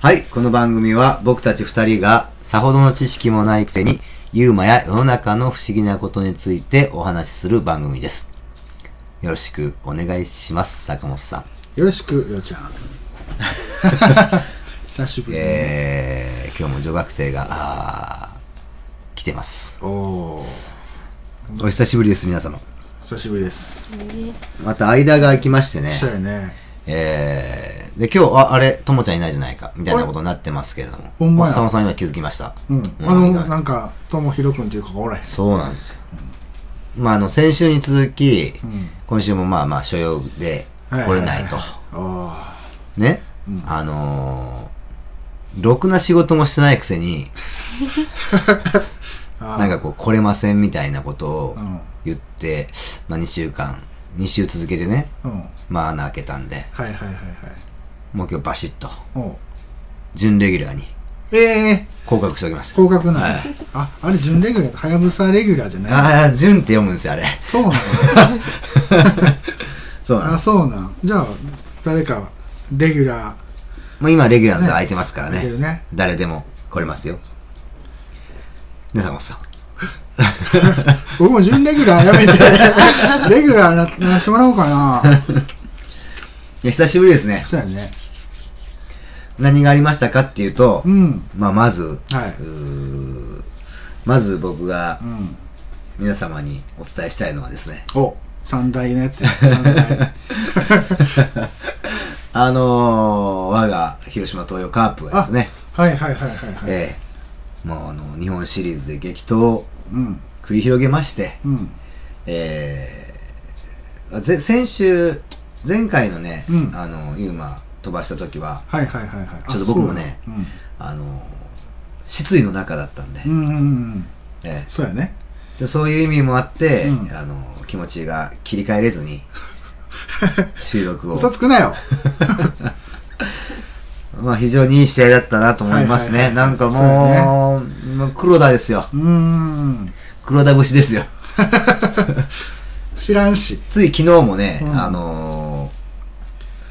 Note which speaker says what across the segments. Speaker 1: はい、この番組は僕たち二人がさほどの知識もないくせに、ユーマや世の中の不思議なことについてお話しする番組です。よろしくお願いします、坂本さん。
Speaker 2: よろしく、りょうちゃん。久しぶりにね。
Speaker 1: えー、今日も女学生が、あー来てます。
Speaker 2: おー、
Speaker 1: お久しぶりです、皆様。
Speaker 2: 久しぶりです。
Speaker 1: また間が空きましてね。
Speaker 2: そうやね。
Speaker 1: えー、で、今日、あ、あれ、ともちゃんいないじゃないか、みたいなことになってますけれども。
Speaker 2: ほんまや
Speaker 1: 坂本さん今気づきました。
Speaker 2: うん。あ
Speaker 1: 意
Speaker 2: の、
Speaker 1: 外
Speaker 2: なんか、ともひろくんっていう子がおらへん。
Speaker 1: そうなんですよ。まあ、あの、先週に続き、
Speaker 2: ん
Speaker 1: 今週もまあまあ、所要で
Speaker 2: はい
Speaker 1: 来れないと。
Speaker 2: おー、
Speaker 1: ね、あのー、ろくな仕事もしてないくせに、
Speaker 2: あー
Speaker 1: なんかこう、来れませんみたいなことを
Speaker 2: うん
Speaker 1: 言って、まあ、2週間、2週続けてね、
Speaker 2: うん。はい
Speaker 1: まあ、穴開けたんで、
Speaker 2: はいはいはい。
Speaker 1: もう今日バシッと、
Speaker 2: おう
Speaker 1: 準レギュラーに
Speaker 2: ええ
Speaker 1: 降格しておきました。
Speaker 2: 降格なんやあ、あれ、準レギュラー、はやぶさレギュラーじゃない
Speaker 1: ああ、準って読むんですよ、あれ。
Speaker 2: そうなんや
Speaker 1: そうなん
Speaker 2: あ、
Speaker 1: です。
Speaker 2: そうなん。じゃあ、誰か、レギュラ
Speaker 1: もう今、レギュラーの座空いてますから
Speaker 2: ー、いけ
Speaker 1: ね。
Speaker 2: るね。
Speaker 1: 誰でも来れますよ。皆さんもさん。
Speaker 2: 僕も準レギュラーや めて、レギュラーなならしてもらおうかな。
Speaker 1: いや、久しぶりですね。
Speaker 2: そうやね。
Speaker 1: 何がありましたかっていうと
Speaker 2: う、ん。
Speaker 1: まあ、まず、。
Speaker 2: はいう
Speaker 1: ーまず僕が
Speaker 2: うん。
Speaker 1: 皆様にお伝えしたいのはですね、
Speaker 2: お三大のや つや三大
Speaker 1: あのー、我が広島東洋カープがですね、
Speaker 2: はいはいはいはいはい、
Speaker 1: ええもうあの、日本シリーズで激闘を
Speaker 2: うん
Speaker 1: 繰り広げまして、
Speaker 2: うん
Speaker 1: えー、ぜ先週、前回のね、
Speaker 2: うん
Speaker 1: あの、ユーマ飛ばした時は、
Speaker 2: はいはいはいはいあ
Speaker 1: ちょっと僕もね
Speaker 2: そうだ
Speaker 1: あのー、失意の中だったんで、
Speaker 2: うんうんうんうん
Speaker 1: ええ
Speaker 2: そうやね
Speaker 1: でそういう意味もあって、
Speaker 2: うん
Speaker 1: あの気持ちが切り替えれず に収録を、
Speaker 2: 嘘つくなよ
Speaker 1: まあ、非常にいい試合だったなと思いますね、
Speaker 2: はいはいはい
Speaker 1: なんかもうもう黒田ですよ
Speaker 2: うーん
Speaker 1: 黒田節ですよ
Speaker 2: 知らんし
Speaker 1: つい昨日もね、
Speaker 2: うん
Speaker 1: あの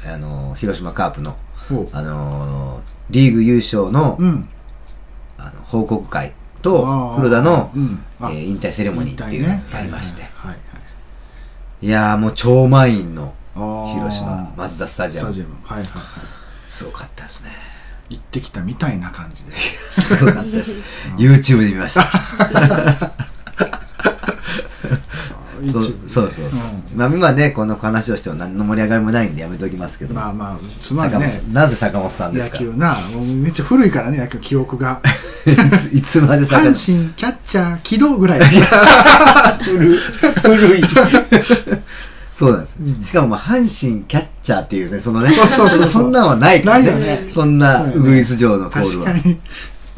Speaker 1: ーあのー広島カープの、
Speaker 2: おう
Speaker 1: あのーリーグ優勝の,、
Speaker 2: うん
Speaker 1: あの報告会
Speaker 2: あ
Speaker 1: と
Speaker 2: ー
Speaker 1: 黒田の、
Speaker 2: うん
Speaker 1: えー引退セレモニーっていうの
Speaker 2: 引退ね
Speaker 1: がありまして、
Speaker 2: はいはい
Speaker 1: いやーもう超満員の
Speaker 2: はいあー
Speaker 1: 広島マツダスタジ
Speaker 2: ス
Speaker 1: ア
Speaker 2: タジ
Speaker 1: ム
Speaker 2: アムはいはいは
Speaker 1: すごかったですね
Speaker 2: い行ってきたみたいな感じで
Speaker 1: すごかったです。YouTube で見ました。 そうそう
Speaker 2: YouTube
Speaker 1: そうそう、まあ今ね、この話をしても何の盛り上がりもないんでやめておきますけ
Speaker 2: う
Speaker 1: ど。
Speaker 2: んまあまあつまり
Speaker 1: 坂
Speaker 2: ね
Speaker 1: 本さんなぜ坂本さんで
Speaker 2: 野
Speaker 1: すか
Speaker 2: 球なもうめっちゃ古いからね野球記憶が
Speaker 1: いつ いつまで坂
Speaker 2: 阪
Speaker 1: 本さん
Speaker 2: 神キャッチャー起動ぐらい
Speaker 1: 古い。古い。 そうなんです、しかも、まあ、阪神キャッチャーっていうね、そのね、
Speaker 2: そうそうそう
Speaker 1: そんなんはないから、
Speaker 2: ないよね
Speaker 1: そんな、
Speaker 2: そうよ
Speaker 1: ウ
Speaker 2: ね
Speaker 1: グイス城のコール
Speaker 2: 確
Speaker 1: は
Speaker 2: か。に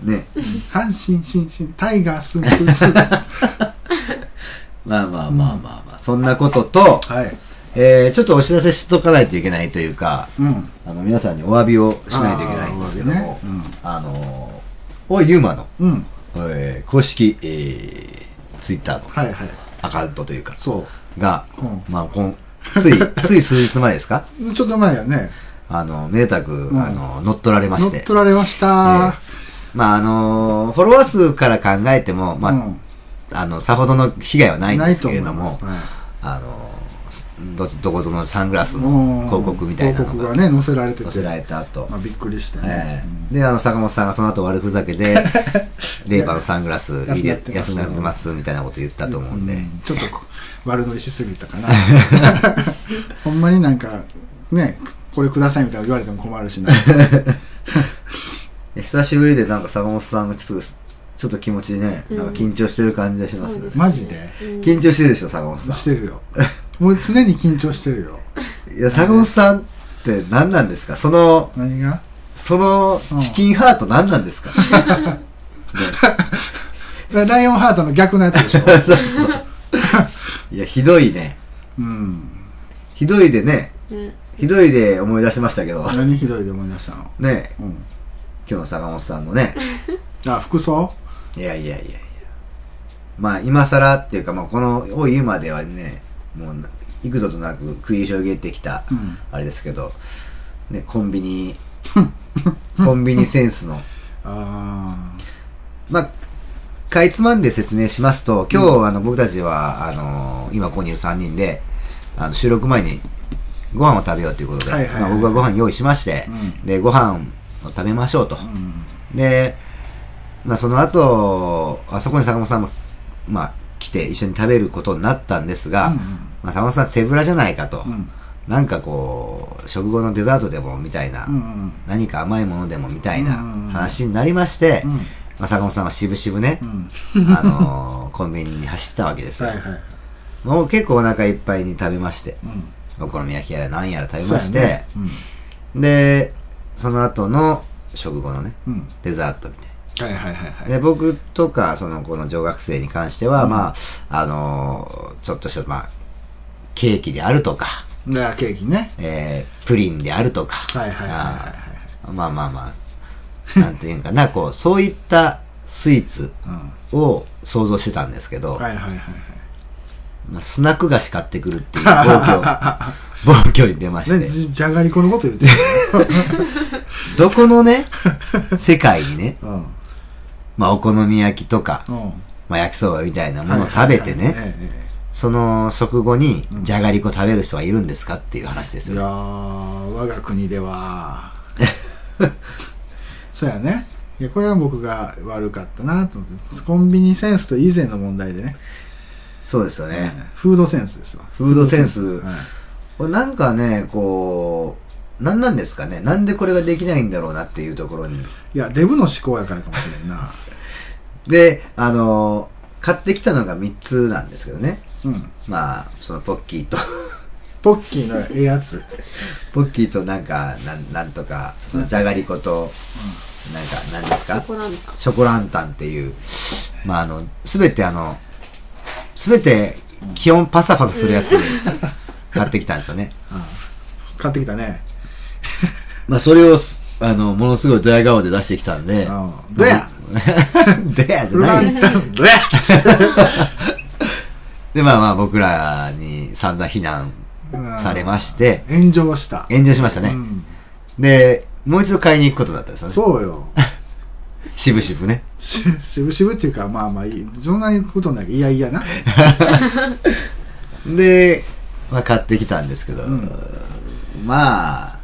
Speaker 1: ね。
Speaker 2: 阪神、新進、タイガース、スー スー
Speaker 1: まあまあまあまあまあ、そんなことと、
Speaker 2: はい。
Speaker 1: えー、ちょっとお知らせしとかないといけないというか、
Speaker 2: うん。
Speaker 1: あの皆さんにお詫びをしないといけないんですけども、あ,、
Speaker 2: あーお詫びね
Speaker 1: のー、おいゆうまの、
Speaker 2: うん。
Speaker 1: えー公式、えー、ツイッターの
Speaker 2: はいはい。
Speaker 1: アカウントというか、
Speaker 2: そ
Speaker 1: が、
Speaker 2: うん
Speaker 1: まあ、こんつ い、つい数日前ですか
Speaker 2: う。ちょっと前よね。
Speaker 1: あの、めでたく、
Speaker 2: ん
Speaker 1: あの、乗っ取られま
Speaker 2: 乗
Speaker 1: し、
Speaker 2: って取られました
Speaker 1: えーまあ、あのーフォロワー数から考えても、まあ、
Speaker 2: うん
Speaker 1: あの、さほどの被害はないんですけれども、
Speaker 2: ないと思います
Speaker 1: あのーど、どこぞのサングラス
Speaker 2: うん
Speaker 1: の広告みたいなの
Speaker 2: 広
Speaker 1: が
Speaker 2: 告がね、載せられてて。
Speaker 1: 載せられた後、
Speaker 2: まあ、びっくりして
Speaker 1: え
Speaker 2: ね。
Speaker 1: えであの坂本さんがその後悪ふざけ でレイバーのサングラス入れ
Speaker 2: 安
Speaker 1: 安く
Speaker 2: くなってます
Speaker 1: なってますみたいなこと言ったと思うんで、
Speaker 2: うんちょっとこ 悪乗りしすぎたかな。ほんまになんか、ね、これくださいみたいな言われても困るし な。
Speaker 1: で久しぶりでなんか坂本さんがちょっとちょっと気持ちね、なんか緊張してる感じがします,、
Speaker 3: そうです
Speaker 2: マジで
Speaker 1: 緊張してるでしょ坂本さ
Speaker 2: してるよ。もう常に緊張してるよ。
Speaker 1: んいや坂本さんって何なんですかその
Speaker 2: 何が
Speaker 1: そのチキンハート何なんですか、
Speaker 2: ライオンハートの逆のやつでしょ。
Speaker 1: そうそういやひどいね
Speaker 2: うん。
Speaker 1: ひどいでね
Speaker 3: ね
Speaker 1: ひどいで思い出しましたけど
Speaker 2: 何ひどいで思い出したの
Speaker 1: ね
Speaker 2: うん。
Speaker 1: 今日の坂本さんのね
Speaker 2: あ、服装
Speaker 1: いやいやいやいや。まあ、今更っていうか、まあ、この、おい言うまではね、もうな、幾度となく繰り広げてきた、
Speaker 2: うん
Speaker 1: あれですけど、ね、コンビニ コンビニセンスの。
Speaker 2: あ
Speaker 1: まあ、かいつまんで説明しますと、今日、あの、僕たちは、あのー今ここにいる3人で、あの、収録前にご飯を食べようということで、
Speaker 2: はいはいはい
Speaker 1: まあ、僕はご飯用意しまして、
Speaker 2: う
Speaker 1: で、ご飯を食べましょうと。
Speaker 2: あ、うん、
Speaker 1: で、まあ、その後、あそこに坂本さんも、まあ、来て一緒に食べることになったんですが、まあ、坂本さん手ぶらじゃないかと、
Speaker 2: うんうん
Speaker 1: なんかこう、食後のデザートでもみたいな、
Speaker 2: うんうん
Speaker 1: 何か甘いものでもみたいな
Speaker 2: うん
Speaker 1: 話になりまして、
Speaker 2: うん
Speaker 1: まあ、坂本さんはしぶしぶね
Speaker 2: う、ん
Speaker 1: あのーコンビニに走ったわけですよ。
Speaker 2: はいはい
Speaker 1: もう結構お腹いっぱいに食べまして、
Speaker 2: うん
Speaker 1: お好み焼きやら何やら食べ
Speaker 2: そう
Speaker 1: ま
Speaker 2: や
Speaker 1: して、
Speaker 2: ねうん
Speaker 1: で、その後の食後のね、
Speaker 2: うん
Speaker 1: デザートみたいな。
Speaker 2: はいはいはいはい
Speaker 1: で僕とかそのこの女学生に関しては、
Speaker 2: うん
Speaker 1: まああのーちょっとした、まあ、ケーキであるとか、
Speaker 2: でケーキね
Speaker 1: えープリンであるとか、
Speaker 2: はいはいはいはい
Speaker 1: あーまあまあまあなんていうんかな こうそういったスイーツ
Speaker 2: うん
Speaker 1: を想像してたんですけど、
Speaker 2: はいはいはいはい
Speaker 1: まあ、スナック菓子買ってくるっていう暴 挙暴挙に出まして、
Speaker 2: ね、じじゃがりこのこと言 ってる、
Speaker 1: どこの ね世界にね、
Speaker 2: うん
Speaker 1: まあ、お好み焼きとか、
Speaker 2: うん、
Speaker 1: まあ、焼きそばみたいなものを食べてね、
Speaker 2: はいはいはいええ
Speaker 1: その食後に
Speaker 2: うん
Speaker 1: じゃがりこ食べる人はいるんですかっていう話です
Speaker 2: いや
Speaker 1: よ。
Speaker 2: ー我が国で はそうやねいやこれは僕が悪かったなと思ってコンビニセンスと以前の問題でね
Speaker 1: そうですよね。
Speaker 2: フードセンスですわ
Speaker 1: フードセンス。
Speaker 2: はい
Speaker 1: これなんかね、こう、なんなんですかね。なんでこれができないんだろうなっていうところに。
Speaker 2: いやデブの思考やからかもしれん な
Speaker 1: で、あの、買ってきたのが3つなんですけどね。
Speaker 2: うん
Speaker 1: まあ、そのポッキーと、
Speaker 2: ポッキーのええやつ
Speaker 1: ポッキーとなんか、なんなんとか、そのじゃがりこと、なんか、何ですか
Speaker 3: そこなんだ
Speaker 1: ショコランタンっていう、まああの、すべてあの、すべて気温パサパサするやつ 買ってきたんですよね。
Speaker 2: 買ってきたね
Speaker 1: まあそれをす、あの、ものすごいドヤ顔で出してきたんで
Speaker 2: うんドヤ
Speaker 1: ドヤじゃ
Speaker 2: フラ
Speaker 1: ない
Speaker 2: ン
Speaker 1: よ
Speaker 2: タ ンドヤ
Speaker 1: で、まあまあ僕らに散々非難されまして、
Speaker 2: 炎上した
Speaker 1: 炎上しましたね
Speaker 2: う。ん
Speaker 1: で、もう一度買いに行くことだったんですよね。
Speaker 2: そうよ
Speaker 1: しぶしぶね。
Speaker 2: し渋々っていうかまあまあいいそんなことないけどいやいやな
Speaker 1: で、まあ買ってきたんですけど、
Speaker 2: ん
Speaker 1: まあ、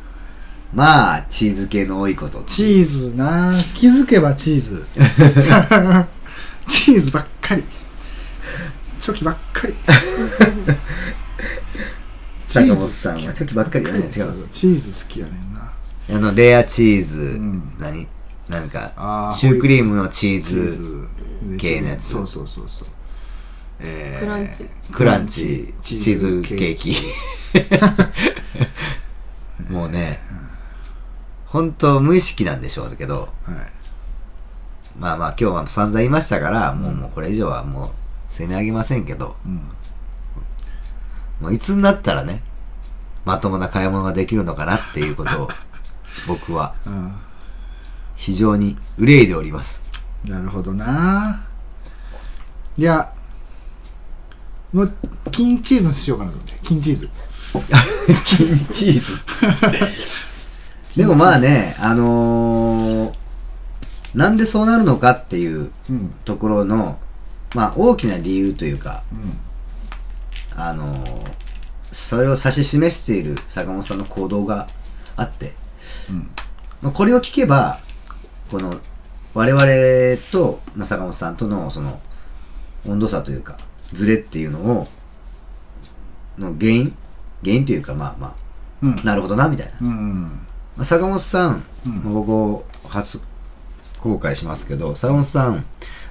Speaker 1: まあ、チーズ系の多いこと。
Speaker 2: チーズな気づけばチ ーズチーズばっかりチョキばっかり
Speaker 1: 坂本さんはチョキばっかりだね
Speaker 2: チー
Speaker 1: 違
Speaker 2: ズ
Speaker 1: うぞ
Speaker 2: チーズ好きやねんな
Speaker 1: あの、レアチーズ、
Speaker 2: ん
Speaker 1: 何なん
Speaker 2: あ
Speaker 1: か
Speaker 2: ー、
Speaker 1: シュークリームのチー
Speaker 2: チー
Speaker 1: ズ、
Speaker 2: ズ
Speaker 1: 系のやつ
Speaker 2: そうそうそうそうえー
Speaker 3: クランチ
Speaker 1: クランチ、チ
Speaker 2: チ
Speaker 1: ー
Speaker 2: ー
Speaker 1: ズ
Speaker 2: ズ
Speaker 1: ケ
Speaker 2: ケ
Speaker 1: ー
Speaker 2: ー
Speaker 1: キ。 もうね、本当無意識なんでしょうけど、
Speaker 2: はい
Speaker 1: まあまあ今日は散々言いましたから、もうもうこれ以上はもう攻め上げませんけど、
Speaker 2: うん
Speaker 1: もういつになったらね、まともな買い物ができるのかなっていうことを、僕は
Speaker 2: あ
Speaker 1: 非常に憂いでおります。
Speaker 2: ーなるほどないやもう金チーズにしようかなと思って金チ ーズ
Speaker 1: 金チーズ。でもまあね、あのーなんでそうなるのかっていう
Speaker 2: うんうん
Speaker 1: ところの、まあ大きな理由というか、あのーそれを指し示している坂本さんの行動があって、
Speaker 2: うん
Speaker 1: まあ、これを聞けば、この、我々と、まあ、坂本さんとの、その、温度差というか、ズレっていうのを、の原因原因というか、まあま
Speaker 2: うん
Speaker 1: あ、なるほどな、みたいな。
Speaker 2: うん
Speaker 1: まあ坂本さん、
Speaker 2: うん
Speaker 1: ここ初公開しますけど、坂本さん、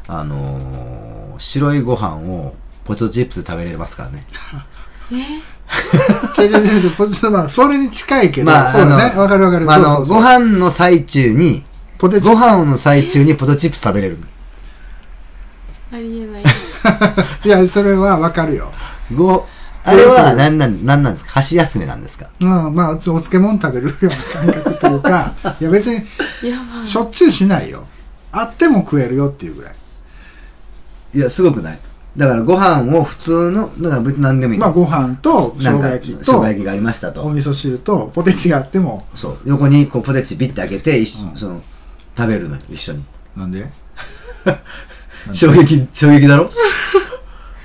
Speaker 1: あのー白いご飯をポテトチップスで食べれますからね。
Speaker 3: え
Speaker 2: 違う違う違う違うポテトまあそれに近いけど、
Speaker 1: まあ
Speaker 2: そうだ
Speaker 1: あ
Speaker 2: ね
Speaker 1: の
Speaker 2: わかるわかる、
Speaker 1: まあ、あの、
Speaker 2: そうそうそう
Speaker 1: ご飯の最中に、
Speaker 2: ポテチ
Speaker 1: ご飯の最中にポテトチップス食べれる。
Speaker 3: ありえない
Speaker 2: いやそれはわかるよ、
Speaker 1: ご、あれは何なん、何なんですか箸休めなんですか
Speaker 2: うん、まあお漬物食べるような感覚というか いや別に
Speaker 3: やばい
Speaker 2: しょっちゅうしないよあっても食えるよっていうぐらい
Speaker 1: いや、すごくないだからご飯を普通の、だから別に何でもいい。
Speaker 2: まあ、ご飯と生
Speaker 1: なん
Speaker 2: 姜
Speaker 1: か
Speaker 2: 焼き
Speaker 1: 生
Speaker 2: と
Speaker 1: 姜焼きがありました
Speaker 2: お
Speaker 1: と。
Speaker 2: 味噌汁とポテチがあっても
Speaker 1: そう。横にこうポテチビッて開けて、一緒
Speaker 2: うん
Speaker 1: その、食べるのよ一緒に。
Speaker 2: なんでん
Speaker 1: 衝撃、衝撃だろ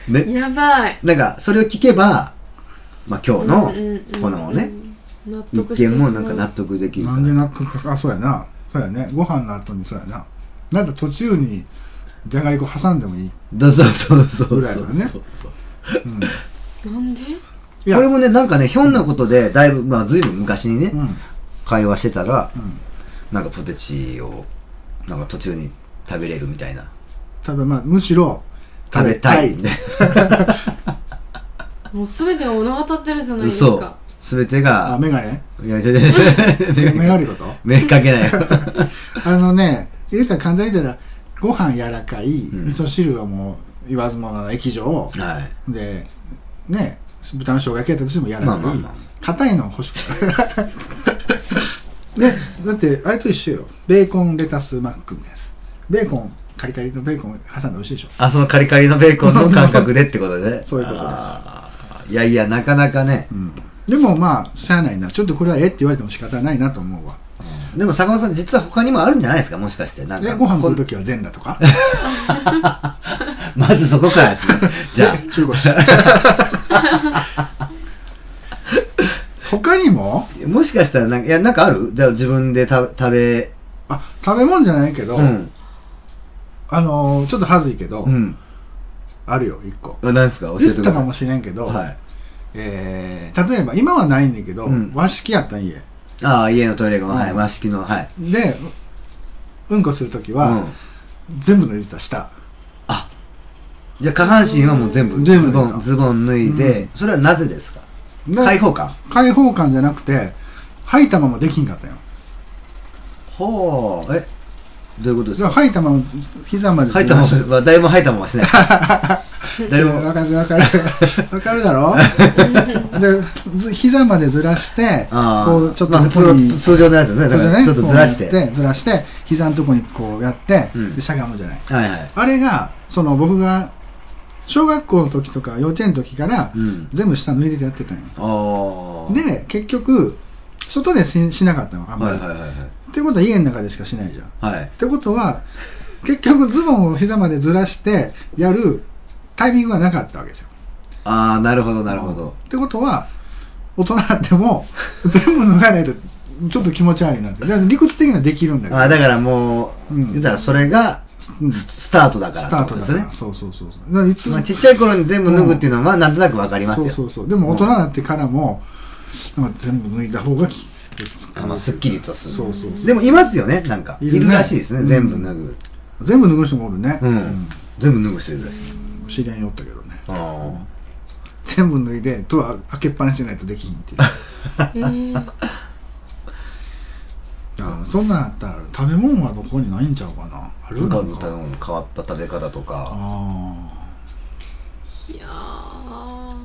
Speaker 1: ね。
Speaker 3: やばい。
Speaker 1: なんか、それを聞けば、まあ今日の
Speaker 3: うんうんうんう、ん
Speaker 1: このね、、
Speaker 3: 納
Speaker 1: 一
Speaker 3: 得して
Speaker 1: 見
Speaker 3: し
Speaker 1: も
Speaker 3: まう
Speaker 1: なんか納得できるか
Speaker 2: なんで
Speaker 1: ら。
Speaker 2: なくあそうやなそうやねご飯の後にそうやななんか途中にじゃがりこ挟んでもいい、
Speaker 1: だそうそうそう
Speaker 2: ぐらい
Speaker 1: そ
Speaker 2: は
Speaker 1: う
Speaker 2: ね
Speaker 1: そうそう。
Speaker 2: うん
Speaker 3: なんで
Speaker 2: いや
Speaker 1: これもね、なんかね、ひょんなことで、だいぶ、まあ随分昔にね、
Speaker 2: うん
Speaker 1: 会話してたら、
Speaker 2: うん、
Speaker 1: なんかポテチを、なんか途中に食べれるみたいな。
Speaker 2: ただまあむしろ
Speaker 1: 食べたい
Speaker 2: 食
Speaker 1: み
Speaker 2: べ
Speaker 1: たい
Speaker 3: もうすべてが物語ってるじゃない
Speaker 1: な。
Speaker 3: です
Speaker 1: 嘘
Speaker 3: か。。
Speaker 1: すべて
Speaker 2: あ
Speaker 1: が、
Speaker 2: メガネ
Speaker 1: いや、いやいやいや
Speaker 2: メガネこと
Speaker 1: 目かけないよ。
Speaker 2: あのね言うたら簡単に言ったらご飯柔らかい、
Speaker 1: ん
Speaker 2: 味噌汁はもう言わずもがな液状
Speaker 1: はい。
Speaker 2: でね豚の生姜焼きやったとしても柔らかい、
Speaker 1: まあまあまあ
Speaker 2: 硬いの欲しくない でだってあれと一緒よベーコンレタスマックみたいなやつベーコンカリカリのベーコン挟んで美味しいでしょ
Speaker 1: あ、そのカリカリのベーコンの感覚でってことでね。
Speaker 2: そういうことです
Speaker 1: あー。いやいや、なかなかね。
Speaker 2: でもまあしゃあないなちょっとこれはえって言われても仕方ないなと思うわ
Speaker 1: でも坂本さん、実は他にもあるんじゃないですかもしかして。なん
Speaker 2: で
Speaker 1: か。
Speaker 2: ご飯食う
Speaker 1: こん
Speaker 2: 時は全裸とか
Speaker 1: まずそこからですね。 じゃあ。
Speaker 2: 中 腰他にも
Speaker 1: もしかしたらなんか、いや、なんかあるじゃあ自分でた食べ、
Speaker 2: あ食べ物じゃないけど、
Speaker 1: うん。
Speaker 2: あのーちょっと恥ずいけど、
Speaker 1: うん。
Speaker 2: あるよ一個
Speaker 1: あ何ですか教え
Speaker 2: 言って
Speaker 1: くだ
Speaker 2: た
Speaker 1: さ
Speaker 2: か
Speaker 1: い。
Speaker 2: もしれんけど、
Speaker 1: はい。
Speaker 2: えー例えば今はないんだけど、
Speaker 1: うん
Speaker 2: 和式やったん家
Speaker 1: ああ、家のトイレが、はい。
Speaker 2: うん
Speaker 1: 和式の、はい。
Speaker 2: でううんこする時
Speaker 1: う
Speaker 2: は、
Speaker 1: ん。
Speaker 2: 全部脱いでた下
Speaker 1: じゃあ下半身はもう全部、
Speaker 2: 全
Speaker 1: ズ
Speaker 2: 部
Speaker 1: ボ
Speaker 2: 脱い
Speaker 1: ン、
Speaker 2: だ
Speaker 1: ズボン脱いで、それはなぜですか
Speaker 2: で
Speaker 1: 開放感。
Speaker 2: 開放感じゃなくて吐いたままできんかったよ
Speaker 1: ほう。え、どういうことで
Speaker 2: だ
Speaker 1: す
Speaker 2: から
Speaker 1: か
Speaker 2: 吐いたまま膝まで
Speaker 1: 吐いたままは、誰も吐いたままはしないで す。誰も、
Speaker 2: わかるわ かるわかるだろでず膝までずらして
Speaker 1: ああ
Speaker 2: こうちょっと
Speaker 1: まあ、普通の
Speaker 2: ここに
Speaker 1: 通通常のやつですね。だ
Speaker 2: そう
Speaker 1: か
Speaker 2: じ
Speaker 1: ら
Speaker 2: ゃない
Speaker 1: ちょっとずらして。
Speaker 2: こうやってずらして膝のとこにこうやって、
Speaker 1: うん
Speaker 2: でしゃがむじゃない
Speaker 1: はいはい。
Speaker 2: あれがその僕が小学校の時とか幼稚園の時から、
Speaker 1: うん。
Speaker 2: 全部下脱いでてやってたんよ
Speaker 1: ああ。
Speaker 2: で結局外でししなかったのあんま
Speaker 1: は
Speaker 2: り、
Speaker 1: いはいはいはい。
Speaker 2: ってことは家の中でしかしないじゃんっ
Speaker 1: はい。
Speaker 2: てことは結局ズボンを膝までずらしてやるタイミングがなかったわけですよ
Speaker 1: ああ、なるほどなるほど。
Speaker 2: ってことは大人になっても 全部脱がないとちょっと気持ち悪いなってだから理屈的にはできるんだけど
Speaker 1: ああ、だからもう、
Speaker 2: うん
Speaker 1: 言ったらそれが
Speaker 2: うん
Speaker 1: ス
Speaker 2: ス
Speaker 1: スタートだから
Speaker 2: ター
Speaker 1: って
Speaker 2: ト
Speaker 1: こと
Speaker 2: だ
Speaker 1: で
Speaker 2: か
Speaker 1: す
Speaker 2: ら、
Speaker 1: ね。
Speaker 2: そうそうそうそうだからいつ
Speaker 1: まあ、ちっちゃい頃に全部脱ぐっていうのは、なんとなくわかります
Speaker 2: そう
Speaker 1: よ。
Speaker 2: そうそうでも大人になってからも、なんか全部脱いだ方がき
Speaker 1: あまあ、すっきりとする。
Speaker 2: そうそうそう
Speaker 1: でも、いますよね、なんか。い
Speaker 2: いるね
Speaker 1: るらしいですね、
Speaker 2: うん
Speaker 1: 全部脱ぐ。
Speaker 2: 全部脱ぐ人もおるね、
Speaker 1: うん。全部脱ぐ人いるらしい。
Speaker 2: うん知り合いにおったけどね
Speaker 1: あー
Speaker 2: 全部脱いでドア開けっぱなしじゃないとできひんっていう
Speaker 3: えー、
Speaker 2: あそんなんあったら食べ物はどこにないんちゃうかなある
Speaker 1: なんか
Speaker 2: なん
Speaker 1: 歌
Speaker 2: か
Speaker 1: の変わった食べ方とか。
Speaker 2: あ
Speaker 3: いやー。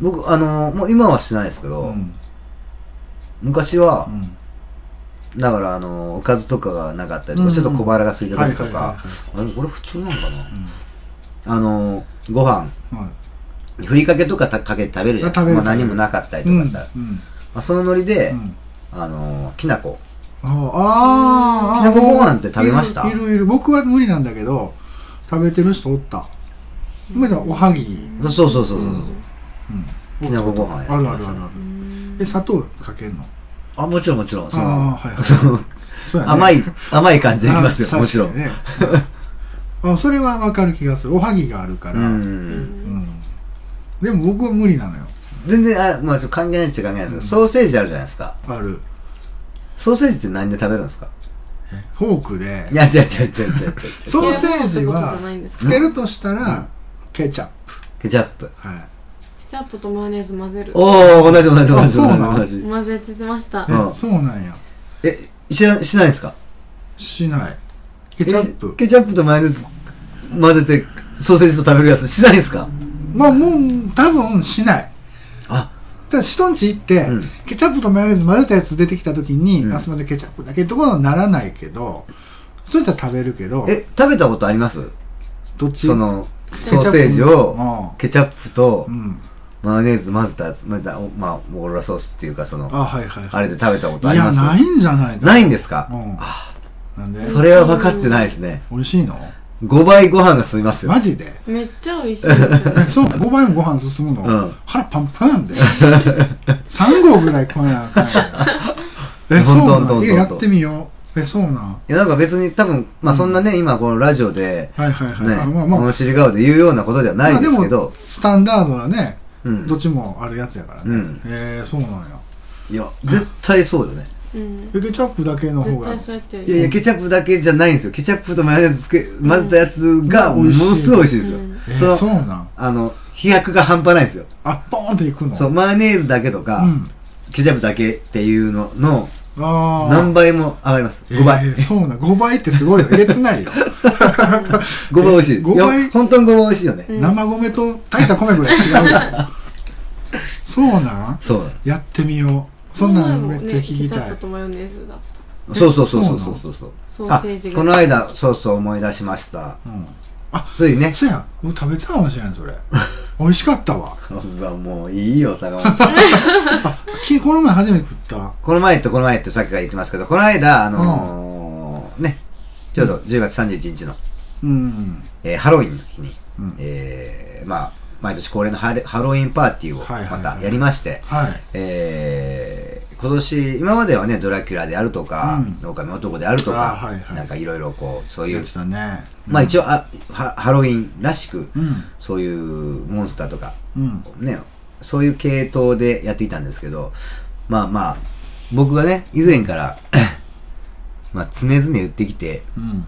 Speaker 1: 僕、あのーもう今はしてないですけ
Speaker 2: あ
Speaker 1: ど、
Speaker 2: うん
Speaker 1: 昔は
Speaker 2: う、ん
Speaker 1: だから、あの、おかずとかがなかったりとか、
Speaker 2: うん
Speaker 1: ちょっと小腹が空いた時と
Speaker 2: はいはいはい
Speaker 1: か、あれ、これ普通なのかな、
Speaker 2: ん
Speaker 1: あの、ご飯、
Speaker 2: はい
Speaker 1: ふりかけとかたかけて食べるじゃん。
Speaker 2: 食べる
Speaker 1: まあ、何もなかったりとかしたら。ま
Speaker 2: うん
Speaker 1: あ、そのノリで、
Speaker 2: うん
Speaker 1: あの、きな粉。
Speaker 2: あ
Speaker 1: き
Speaker 2: ーあー
Speaker 1: なこご飯って食べました
Speaker 2: いるいるいる僕は無理なんだけど食べてる人おった今ではおはぎ
Speaker 1: そうそうそうそう。きなこご飯や
Speaker 2: あるあるあるあ
Speaker 3: うー
Speaker 2: る
Speaker 3: ん
Speaker 2: え砂糖かけるの
Speaker 1: あ、もちろんもちろん。そ
Speaker 2: あ
Speaker 1: の
Speaker 2: ーはい、はい
Speaker 1: その
Speaker 2: そうやね
Speaker 1: 甘い、甘い感じでいきます
Speaker 2: あ
Speaker 1: よ。もちろん。
Speaker 2: 確かにねあそれはわかる気がするおはぎがあるか
Speaker 1: う
Speaker 2: ら、
Speaker 1: ん。
Speaker 2: うんでも僕は無理なのよ
Speaker 1: 全然、あ、まあ、ちょっと関係ないっちゃ関係ないですけど、ソーセージあるじゃないですか。
Speaker 2: ある
Speaker 1: ソーセージって何で食べるんですか
Speaker 2: フォークで
Speaker 1: いや、違う違う違う違う違う違う。
Speaker 2: ソーセージは
Speaker 3: 漬け物ってことじゃないんですか
Speaker 2: つけるとしたら、ケチャップ
Speaker 1: ケチャッ プ。
Speaker 2: はい
Speaker 3: ケチャップとマヨネーズ混ぜる。
Speaker 1: おお同じ同じ同
Speaker 2: あ
Speaker 1: じ
Speaker 2: そうなの
Speaker 1: 同じ同じ
Speaker 3: 混ぜてました
Speaker 2: え、。
Speaker 1: うん
Speaker 2: そうなんや
Speaker 1: えしなしないですか
Speaker 2: しないケチャッ
Speaker 1: え
Speaker 2: プ
Speaker 1: ケチャップとマヨネーズ混ぜてソーセージと食べるやつしないですか
Speaker 2: まあもう多分しない
Speaker 1: あ
Speaker 2: ただ人んち行って、
Speaker 1: うん
Speaker 2: ケチャップとマヨネーズ混ぜたやつ出てきた時に、
Speaker 1: うん
Speaker 2: あすみませんケチャップだけってことはならないけどそういったら食べるけど
Speaker 1: え食べたことあります
Speaker 2: どっち
Speaker 1: そのソーセージを
Speaker 2: あ
Speaker 1: ケチャップと
Speaker 2: あうん
Speaker 1: マヨネーズ混ぜたやつ、まあ、まあ、オーロラソースっていうか、その、
Speaker 2: あはいはい
Speaker 1: あ
Speaker 2: は
Speaker 1: れで食べたことあ
Speaker 2: い
Speaker 1: り
Speaker 2: いや
Speaker 1: ます
Speaker 2: ないんじゃない
Speaker 1: ないいんですか、
Speaker 2: うん
Speaker 1: あ
Speaker 2: なんで
Speaker 1: それは分かってないですね。
Speaker 2: 美味しいの
Speaker 1: 5倍ご飯が進みますよ。
Speaker 2: マジで
Speaker 3: めっちゃ美味しいですよ
Speaker 2: えそう5倍もご飯進むの、
Speaker 1: うん
Speaker 2: 腹パンパンなん で3合ぐらい食わなあかんよ え
Speaker 1: ど
Speaker 2: そ
Speaker 1: んどん
Speaker 2: う
Speaker 1: どんどど
Speaker 2: なんん
Speaker 1: ん
Speaker 2: いややってみようえそうなん
Speaker 1: いや、なんか別に多分、まあそんなね、今このラジオで、
Speaker 2: はいはいはい、
Speaker 1: ね、
Speaker 2: あまあまあ、ま
Speaker 1: 物知り顔で言うようなことじゃない
Speaker 2: あ、
Speaker 1: で
Speaker 2: ですも
Speaker 1: けど、
Speaker 2: スタンダードなね
Speaker 1: うん
Speaker 2: ど。っちもあるやつやからね、
Speaker 1: うん
Speaker 2: えー、そうなんや
Speaker 1: いや、絶対そうよね。
Speaker 3: うん
Speaker 2: えケチャップだけの方
Speaker 3: 絶
Speaker 2: が
Speaker 3: 対そうやって
Speaker 1: いやいや、ケチャップだけじゃないんですよ。ケチャップとマヨネーズつけ、混ぜたやつが、
Speaker 2: うん
Speaker 1: ものすごい美味しいですよ。
Speaker 3: うん
Speaker 2: え
Speaker 1: そ
Speaker 2: ー、
Speaker 1: の
Speaker 2: そうなん
Speaker 1: あの、飛躍が半端ないんですよ。
Speaker 2: あポーンっていくの
Speaker 1: そう、マヨネーズだけとか、
Speaker 2: うん
Speaker 1: ケチャップだけっていうのの、
Speaker 2: ああ
Speaker 1: 何倍も上がります。5倍。
Speaker 2: えーそうなん5倍ってすごいよえげつないよ
Speaker 1: 5倍美味しい。
Speaker 2: 5倍
Speaker 1: いや、本当に5倍美味しいよね。
Speaker 3: うん
Speaker 2: 生米と炊いた米ぐらい違う よそうなん
Speaker 1: そうな
Speaker 2: やってみようそんなんめっちゃ聞き
Speaker 3: この前もねケチ
Speaker 2: た
Speaker 3: ャ
Speaker 2: い、
Speaker 3: ップとマヨネーズだっ
Speaker 1: のそうそうそうそうそうそうそう。
Speaker 3: たソー
Speaker 1: あ
Speaker 3: セージ、が
Speaker 1: この間、そうそう思い出しました。
Speaker 2: うん
Speaker 1: ついね。
Speaker 2: そや俺食べてたかもしれんそれ美味しかった わ
Speaker 1: うわ、もういいよ、坂本。
Speaker 2: きこの前初めて食った
Speaker 1: この前とこの前ってさっきから言ってますけど、この間、あのーね、ちょうど10月31日の、
Speaker 2: うん
Speaker 1: えーハロウィンの日に、
Speaker 2: うん
Speaker 1: えーまあ、毎年恒例のハレハロウィンパーティーを
Speaker 2: はいはいは
Speaker 1: ま
Speaker 2: い
Speaker 1: たやりまして、
Speaker 2: はい
Speaker 1: えー今年、今まではね、ドラキュラであるとか
Speaker 2: うん、
Speaker 1: 狼、男であるとか、
Speaker 2: あーはいはい
Speaker 1: なんかいろいろこう、そうい
Speaker 2: や
Speaker 1: う
Speaker 2: って、たね
Speaker 1: まあ一応あはハロウィンらしく、
Speaker 2: うん
Speaker 1: そういうモンスターとか、
Speaker 2: うん
Speaker 1: ね、そういう系統でやっていたんですけど、まあまあ、僕がね、以前から、 まあ常々言ってきて、
Speaker 2: うん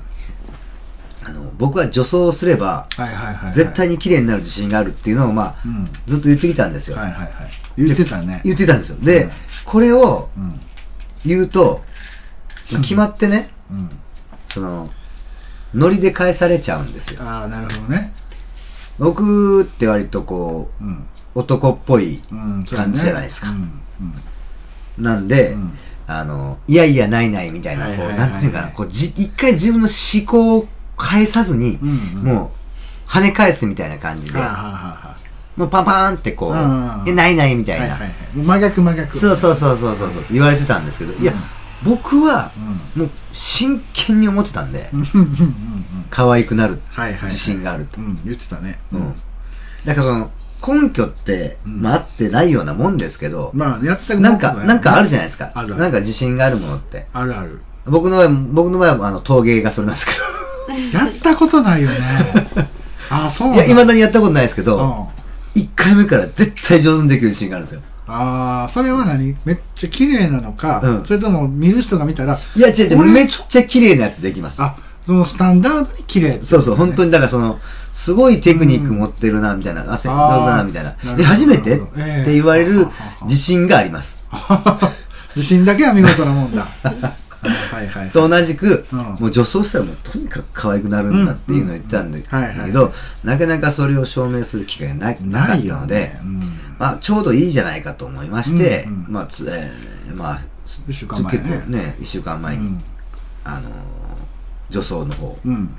Speaker 1: あの、僕は女装をすれば、
Speaker 2: はいはいはいはい
Speaker 1: 絶対に綺麗になる自信があるっていうのを、まあ、
Speaker 2: うん
Speaker 1: ずっと言ってきたんですよ。
Speaker 2: はいはいはい言ってたね
Speaker 1: 言ってたんですよ。で、
Speaker 2: うん
Speaker 1: これを
Speaker 2: うん
Speaker 1: 言うと、決まってね、
Speaker 2: うん
Speaker 1: その、ノリで返されちゃうんですよ。
Speaker 2: ああなるほどね
Speaker 1: 僕って割とこ
Speaker 2: うん
Speaker 1: う、男っぽい、
Speaker 2: うんそうだ
Speaker 1: 感
Speaker 2: ね
Speaker 1: じじゃないですか
Speaker 2: うん
Speaker 1: なんで、
Speaker 2: うんうん
Speaker 1: あの、いやいや、ないないみたいな、こ
Speaker 2: は
Speaker 1: う、
Speaker 2: いはいはいはい
Speaker 1: なんていうかな、こう、じ、一回自分の思考を返さずに、
Speaker 2: うんうん
Speaker 1: もう、跳ね返すみたいな感じで
Speaker 2: はあ、はあはあ
Speaker 1: もうパンパーンってこう
Speaker 2: うんうんう、ん
Speaker 1: え、ないないみたい
Speaker 2: はい
Speaker 1: な。
Speaker 2: はいはい真逆真逆
Speaker 1: そうそうそうそうそうそうって言われてたんですけど、いや
Speaker 2: うん、
Speaker 1: 僕は、
Speaker 2: うん
Speaker 1: もう、真剣に思ってたんで
Speaker 2: う、んうんうんうん
Speaker 1: 可愛くなる
Speaker 2: はいはいはい
Speaker 1: 自信があると
Speaker 2: う。ん言ってたね
Speaker 1: うん。だからその、根拠って、
Speaker 2: うん
Speaker 1: まあ、あってないようなもんですけど、
Speaker 2: まあやったく
Speaker 1: な
Speaker 2: なんいこ
Speaker 1: か、
Speaker 2: とだよね
Speaker 1: なんかあるじゃないですか。
Speaker 2: あるある
Speaker 1: なんか自信があるものって。
Speaker 2: あるある
Speaker 1: 僕の場合、僕の場合は、あの、陶芸がそれなんですけど。
Speaker 2: やったことないよねああそう
Speaker 1: いや、
Speaker 2: 今
Speaker 1: 未だにやったことないですけ
Speaker 2: う
Speaker 1: ど、
Speaker 2: ん
Speaker 1: 一回目から絶対上手にできる自信があるんですよ。
Speaker 2: ああそれは何めっちゃ綺麗なのか、
Speaker 1: うん
Speaker 2: それとも見る人が見たら
Speaker 1: いや、違う
Speaker 2: こ
Speaker 1: 違う、
Speaker 2: れ
Speaker 1: めっちゃ綺麗なやつできます。
Speaker 2: あそのスタンダードに綺麗ってことね、
Speaker 1: そうそう、本当
Speaker 2: に
Speaker 1: に、だからその、すごいテクニック持ってるな、みたいな、汗、上手
Speaker 2: あー
Speaker 1: だな、みたい
Speaker 2: なる
Speaker 1: な。
Speaker 2: ほ
Speaker 1: で、
Speaker 2: ど
Speaker 1: 初めて
Speaker 2: な
Speaker 1: っ
Speaker 2: るほどええ
Speaker 1: て言われる自信があります。
Speaker 2: 自信だけは見事なもんだはいはいはい
Speaker 1: と同じく、
Speaker 2: うん
Speaker 1: もう女装したらもうとにかく可愛くなるんだっていうのを言ってたんだ
Speaker 2: うんうんはいはい
Speaker 1: だけど、なかなかそれを証明する機会がななかったので、
Speaker 2: うん
Speaker 1: まあ、ちょうどいいじゃないかと思いまして、
Speaker 2: うんうん
Speaker 1: まあ、つえーまあ、す
Speaker 2: 一週間前ね
Speaker 1: 結構ね、一週間前
Speaker 2: う
Speaker 1: に、
Speaker 2: ん
Speaker 1: あのー女装の方。
Speaker 2: うん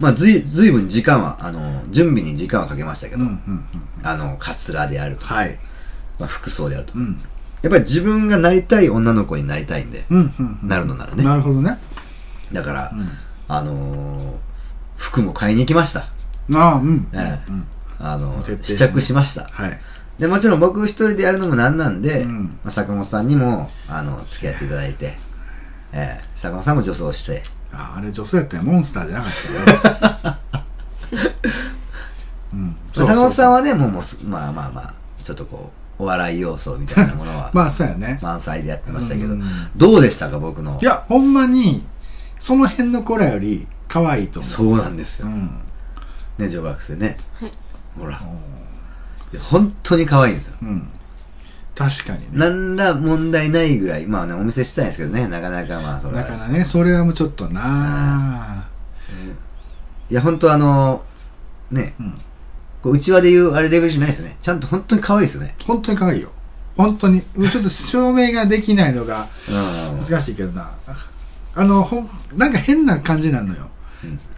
Speaker 1: まあ、ずい、ずいぶん時間は、あのー準備に時間はかけましたけ
Speaker 2: うんう
Speaker 1: ど、
Speaker 2: んうん
Speaker 1: あの、カツラであるとか、
Speaker 2: はい
Speaker 1: まあ、服装であるとか。
Speaker 2: うん
Speaker 1: やっぱり自分がなりたい女の子になりたいんで、
Speaker 2: うんうんうん
Speaker 1: なるのならね
Speaker 2: なるほどね
Speaker 1: だから、
Speaker 2: うん
Speaker 1: あのー服も買いに行きました。
Speaker 2: ああうん、
Speaker 1: ええ
Speaker 2: うん
Speaker 1: あの
Speaker 2: 徹底
Speaker 1: 試着しました。
Speaker 2: はい
Speaker 1: で、もちろん僕一人でやるのもなんなんで、
Speaker 2: うん
Speaker 1: まあ、坂本さんにも、あの、付き合っていただいて、ええ坂本さんも女装して、
Speaker 2: ああれ女装やったよモンスターじゃなかったよ、うん、そうそう、
Speaker 1: 坂本さんはね、もう、もうす、まあまあまあ、ちょっとこう、お笑い要素みたいなものは
Speaker 2: まあそうやね、
Speaker 1: 満載でやってましたけど、
Speaker 2: うん
Speaker 1: どうでしたか、僕の
Speaker 2: い。やほんまにその辺の子らより可愛いと思う
Speaker 1: そうなんです
Speaker 2: う
Speaker 1: よ。
Speaker 2: ん
Speaker 1: ね、女学生ね。
Speaker 3: はい
Speaker 1: ほら。本当に可愛いんですよ。
Speaker 2: うん確かにね
Speaker 1: なんら問題ないぐらい、まあね、お見せしたいんですけどね、なかなかまあ、それは
Speaker 2: だからねそれはもうちょっとなあ
Speaker 1: いや、本当あの、ね、
Speaker 2: うん
Speaker 1: こう内輪で言うあれレベルじゃないですよね。ちゃんと本当に可愛いですよね。
Speaker 2: 本当に可愛いよ本当にもうちょっと証明ができないのが
Speaker 1: うん
Speaker 2: 難しいけどなあのほんなんか変な感じなのよ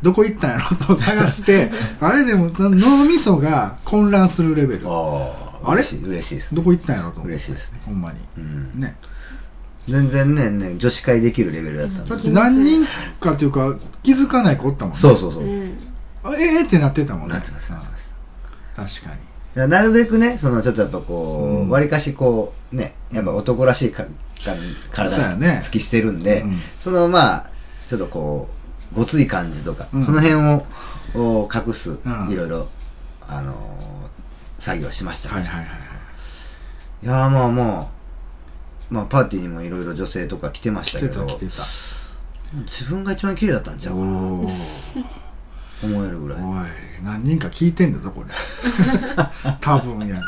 Speaker 2: どこ行ったんやろと探 して、あれでもその脳みそが混乱するレベル。
Speaker 1: あ
Speaker 2: あれ
Speaker 1: 嬉しい嬉しいです
Speaker 2: どこ行ったんやろと思って。
Speaker 1: 嬉しいですね。
Speaker 2: ほんまに。
Speaker 1: うん
Speaker 2: ね。
Speaker 1: 全然ねね女子会できるレベルだったん
Speaker 2: だ
Speaker 1: で
Speaker 2: って何人かというか気づかない子おったもんね。
Speaker 1: そうそうそう、
Speaker 3: うん。
Speaker 2: あええってなってたもんね。
Speaker 1: なってますなってます
Speaker 2: 確か
Speaker 1: だか
Speaker 2: に。
Speaker 1: らなるべくね、そのちょっとやっぱこ
Speaker 2: うん
Speaker 1: う、わりかしこう、ね、やっぱ男らしいかか体
Speaker 2: そうやね
Speaker 1: つきしてるんで、
Speaker 2: うん
Speaker 1: そのまあ、ちょっとこう、ごつい感じとか、
Speaker 2: うん
Speaker 1: その辺をお隠す
Speaker 2: う、ん
Speaker 1: いろいろ、あのー作業しました、
Speaker 2: はいはいはいはい。
Speaker 1: いやーまあもう、まあパーティーにもいろいろ女性とか来てまし
Speaker 2: 来
Speaker 1: た
Speaker 2: て
Speaker 1: けど
Speaker 2: た、来てた。
Speaker 1: 自分が一番綺麗だったんちゃうかな
Speaker 2: おー
Speaker 1: 思えるぐらい。
Speaker 2: おい、何人か聞いてんだぞ、これ。 多分やけ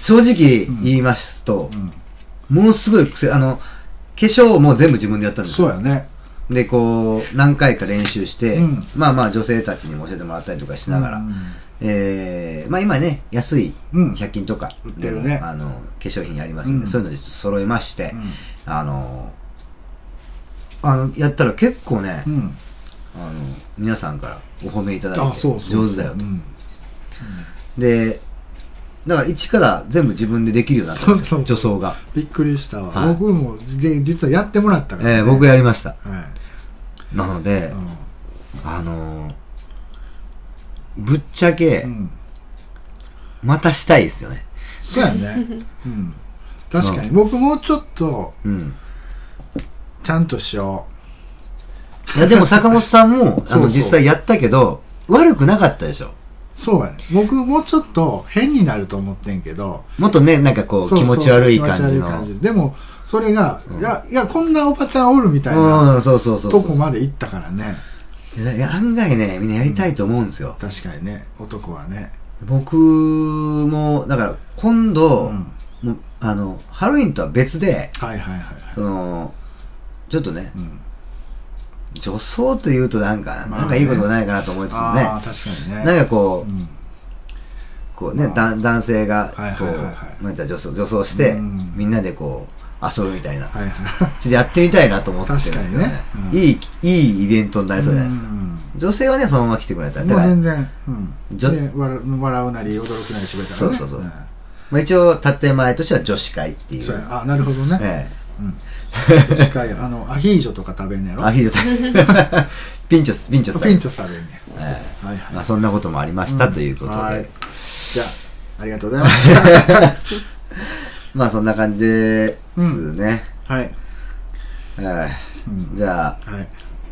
Speaker 1: 正直言いますと
Speaker 2: ど。う、ん。
Speaker 1: ものすごい癖、あの、化粧も全部自分でやったんですよ
Speaker 2: そうやね。
Speaker 1: で、こう、何回か練習して、
Speaker 2: うん
Speaker 1: まあまあ女性たちにも教えてもらったりとかしながら、
Speaker 2: うん
Speaker 1: えー、まあ今ね、安い
Speaker 2: うん
Speaker 1: 100均とか
Speaker 2: 売って
Speaker 1: でも、
Speaker 2: るね
Speaker 1: あの、化粧品ありますんで、
Speaker 2: うん
Speaker 1: そういうのでちょっと揃えまして、
Speaker 2: うん
Speaker 1: あの、あの、やったら結構ね、
Speaker 2: うん。
Speaker 1: あの、皆さんからお褒めいただい
Speaker 2: あ、
Speaker 1: て、
Speaker 2: そうそう。
Speaker 1: 上手だよと
Speaker 2: う。ん
Speaker 1: で、だから一から全部自分でできるようになったんですよ、
Speaker 2: そうそう
Speaker 1: 女装が。
Speaker 2: びっくりしたわ。
Speaker 1: はい
Speaker 2: 僕も、で実はやってもらったからね。
Speaker 1: えー、僕やりました。
Speaker 2: はい。
Speaker 1: なので、あの、ぶっちゃけ、
Speaker 2: うん。うん
Speaker 1: またしたいですよね。
Speaker 2: そう やね。うん。確かに。僕もうちょっと、
Speaker 1: うん。
Speaker 2: ちゃんとしよ、
Speaker 1: いや、でも坂本さんも
Speaker 2: そう
Speaker 1: あ
Speaker 2: そう
Speaker 1: の、実際やったけど、悪くなかったでしょ。
Speaker 2: う。そうやね。僕もうちょっと変になると思ってんけど、
Speaker 1: もっとね、なんかこう、
Speaker 2: そう
Speaker 1: 気
Speaker 2: そう
Speaker 1: 持ち悪い感
Speaker 2: 気持
Speaker 1: じ
Speaker 2: ち悪
Speaker 1: の。
Speaker 2: でも、それが、いや、いや、こんなおばちゃんおるみたいな
Speaker 1: うん、そうそうそうそ
Speaker 2: と
Speaker 1: う
Speaker 2: こまで行ったからね。
Speaker 1: いや案外ね、みんなやりたいと思うんですよ。
Speaker 2: 確かにね、男はね。
Speaker 1: 僕も、だから、今
Speaker 2: う
Speaker 1: 度、
Speaker 2: ん。
Speaker 1: もうあの、ハロウィンとは別で、
Speaker 2: はいはいはいはい。
Speaker 1: その、ちょっとね
Speaker 2: う、ん。
Speaker 1: 女装というとなんか、
Speaker 2: まあね
Speaker 1: なんかいいことないかなと思いつつもね、
Speaker 2: ああ、確かにね。
Speaker 1: なんかこ
Speaker 2: う
Speaker 1: う、
Speaker 2: ん。
Speaker 1: こうね、
Speaker 2: まあ
Speaker 1: だ男性が、
Speaker 2: はい
Speaker 1: こ
Speaker 2: は
Speaker 1: う
Speaker 2: いはいはい、
Speaker 1: まあ、じゃあ女装、女装して、
Speaker 2: うん
Speaker 1: みんなでこう、遊ぶみたいな。
Speaker 2: はいはい。
Speaker 1: ちょっとやってみたいなと思ってるんですけどね。
Speaker 2: 確かにねうん
Speaker 1: いい、いいイベントになりそうじゃないですか。
Speaker 2: うん
Speaker 1: 女性はね、そのまま来てくれたら。だ
Speaker 2: もう
Speaker 1: から、
Speaker 2: 全然、うん。
Speaker 1: じょ
Speaker 2: で笑う笑うなり、驚くなりしてくれたらね。
Speaker 1: そうそうそうんまあ、一応、建前としては女子会っていう。
Speaker 2: そうやあ、なるほどね。
Speaker 1: え
Speaker 2: 女子会、あの、アヒージョとか食べんねや
Speaker 1: え
Speaker 2: ろ
Speaker 1: アヒージョピンチョス、ピンチョス。
Speaker 2: ピンチョ食べんねや。
Speaker 1: え
Speaker 2: はい
Speaker 1: えま
Speaker 2: は
Speaker 1: あ、
Speaker 2: い。
Speaker 1: そんなこともありました、ということで。
Speaker 2: はいじゃあ、ありがとうございました。
Speaker 1: まあ、そんな感じですね。
Speaker 2: はい。
Speaker 1: え
Speaker 2: う
Speaker 1: え
Speaker 2: ん
Speaker 1: じゃあ、
Speaker 2: はい。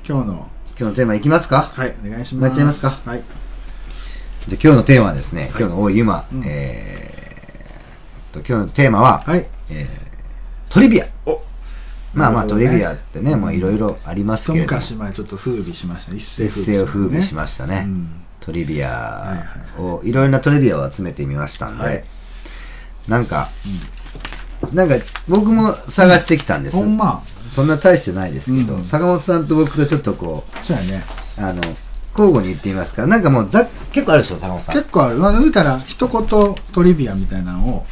Speaker 2: 今日の、
Speaker 1: 今日のテーマいきますか
Speaker 2: はい、お願いし
Speaker 1: もう
Speaker 2: ます。
Speaker 1: やっちゃいますか
Speaker 2: はい。
Speaker 1: じゃあ、今日のテーマはですね、今日の大井ゆま、
Speaker 2: うん
Speaker 1: えーっと、今日のテーマは、
Speaker 2: はい。
Speaker 1: えートリビア。まあまあ、
Speaker 2: なる
Speaker 1: ト
Speaker 2: ほどね
Speaker 1: リビアってね、まあいろいろあります
Speaker 2: 一
Speaker 1: けれども、
Speaker 2: 昔前ちょっと風靡しましたね。一世
Speaker 1: 一世を風靡し
Speaker 2: ま
Speaker 1: ました
Speaker 2: した
Speaker 1: ね。
Speaker 2: ね
Speaker 1: トリビア
Speaker 2: い
Speaker 1: を、いろいろなトリビアを集めてみましたんで、
Speaker 2: はい
Speaker 1: なんか、なんか僕も探してきたんで
Speaker 2: うん
Speaker 1: す。
Speaker 2: ほんま、
Speaker 1: そんな大してないですけど、
Speaker 2: うん
Speaker 1: 坂本さんと僕とちょっとこ
Speaker 2: そうやね。
Speaker 1: う、あの、交互に言ってみますから、なんかもうざっ結構あるでしょ、坂本さん。
Speaker 2: 結構ある。まあ、言うたら、一言トリビアみたいなのを、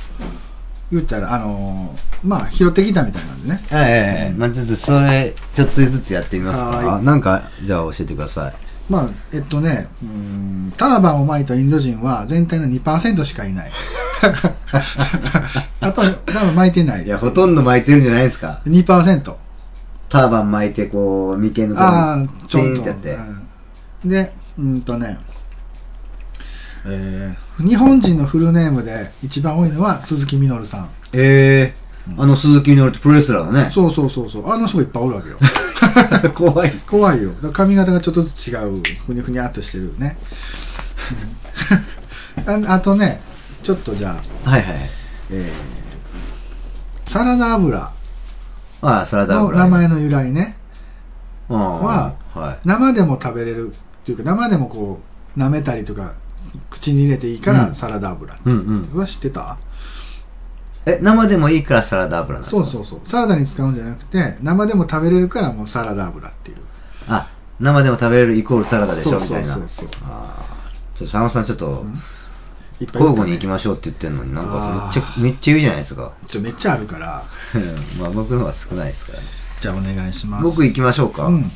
Speaker 2: 言うたら、あのー、まあ、拾ってきたみたいなんでね。
Speaker 1: ええええまあちょっとそれ、ちょっとずつやってみますか
Speaker 2: は。
Speaker 1: なんか、じゃあ教えてください。
Speaker 2: まあ、えっとね、うーんターバンを巻いたインド人は全体の2%しかいない。 あと、多分巻いてない。
Speaker 1: いや、ほとんど巻いてるんじゃないですか。
Speaker 2: 2%。
Speaker 1: ターバン巻いて、こう、眉間のとこ
Speaker 2: ああ、
Speaker 1: に、
Speaker 2: ち
Speaker 1: チ
Speaker 2: ょ
Speaker 1: ー
Speaker 2: っ
Speaker 1: ンっ
Speaker 2: と
Speaker 1: てやって。
Speaker 2: うんで、うんとね、えー日本人のフルネームで一番多いのは鈴木みのるさん。
Speaker 1: ええあの鈴木みのるってプロレスラーのね。
Speaker 2: そうそうそうそう。あの人がいっぱいおるわけよ。
Speaker 1: 怖い。
Speaker 2: 怖いよ。だから髪型がちょっとずつ違う。ふにゃふにゃっとしてるね。 うんああとね、ちょっとじゃあ、
Speaker 1: はいはいはい。
Speaker 2: えーサラダ油
Speaker 1: ああ、サラダ
Speaker 2: の
Speaker 1: 油。
Speaker 2: 名前の由来ね
Speaker 1: は
Speaker 2: は、
Speaker 1: は
Speaker 2: 生でも食べれるっていうか生でもこう舐めたりとか口に入れていいから、
Speaker 1: うん
Speaker 2: サラダ油って
Speaker 1: い。うんうん。
Speaker 2: うわ知ってた
Speaker 1: え、生でもいいからサラダ油なんですか
Speaker 2: そうそうそうサラダに使うんじゃなくて生でも食べれるからもうサラダ油っていう
Speaker 1: あ、生でも食べれるイコールサラダでしょ、み
Speaker 2: そ
Speaker 1: た
Speaker 2: う
Speaker 1: いな。ち
Speaker 2: そ
Speaker 1: ょ
Speaker 2: うそうそう
Speaker 1: っと、佐野さん、ちょっと、
Speaker 2: いっぱい
Speaker 1: 交
Speaker 2: 言った
Speaker 1: 互に
Speaker 2: ね
Speaker 1: 行きましょうって言ってんのに、なんかめ
Speaker 2: あ
Speaker 1: っちゃ、めっちゃ言うじゃないですか。
Speaker 2: ちょめっちゃあるから
Speaker 1: まあ、僕の方が少ないですからね。
Speaker 2: じゃあお願いします
Speaker 1: 僕行
Speaker 2: き
Speaker 1: きましょうか。
Speaker 2: うん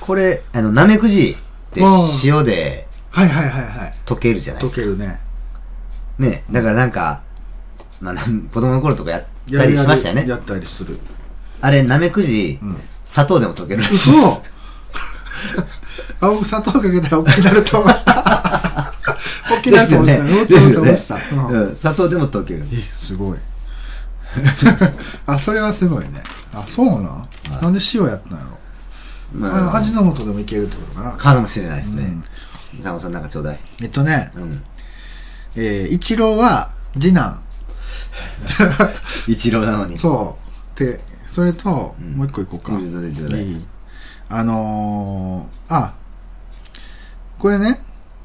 Speaker 1: これ、あの、ナメクジって
Speaker 2: うん
Speaker 1: 塩で
Speaker 2: はいはいはいはい。
Speaker 1: 溶けるじゃないで
Speaker 2: 溶
Speaker 1: す
Speaker 2: け
Speaker 1: か。
Speaker 2: るね。
Speaker 1: ね。だからなんか、まあ、なん子供の頃とかやっ
Speaker 2: や
Speaker 1: た
Speaker 2: る
Speaker 1: りしましたよ
Speaker 2: やる
Speaker 1: ね。
Speaker 2: やったりする。
Speaker 1: あれ、ナメクジ、
Speaker 2: うん。
Speaker 1: 砂糖でも溶けるらしい
Speaker 2: 嘘
Speaker 1: です。
Speaker 2: 青砂糖かけたら大きくなる と思った。大きく
Speaker 1: で
Speaker 2: なる
Speaker 1: す
Speaker 2: と
Speaker 1: よ
Speaker 2: 思っ
Speaker 1: ね
Speaker 2: てた。大。き
Speaker 1: で
Speaker 2: くな
Speaker 1: す
Speaker 2: ると
Speaker 1: よ
Speaker 2: 思
Speaker 1: ね
Speaker 2: ってた。。うん
Speaker 1: うん。砂糖でも溶ける。
Speaker 2: え、すごい。 あ、それはすごいね。あ、そうなん
Speaker 1: い
Speaker 2: なんで塩やったんやろ。あの
Speaker 1: まあ、
Speaker 2: 味の素でもいけるってことかな。
Speaker 1: かもしれないですね
Speaker 2: うん。
Speaker 1: サモさんなんかちょうだい。
Speaker 2: えっとね、
Speaker 1: うん。
Speaker 2: えー、一郎は次男。
Speaker 1: 一郎なのに。
Speaker 2: そう。で、それと、
Speaker 1: うん
Speaker 2: もう一個いこうか。
Speaker 1: うんどれどれ
Speaker 2: いいあのー、あ、これね、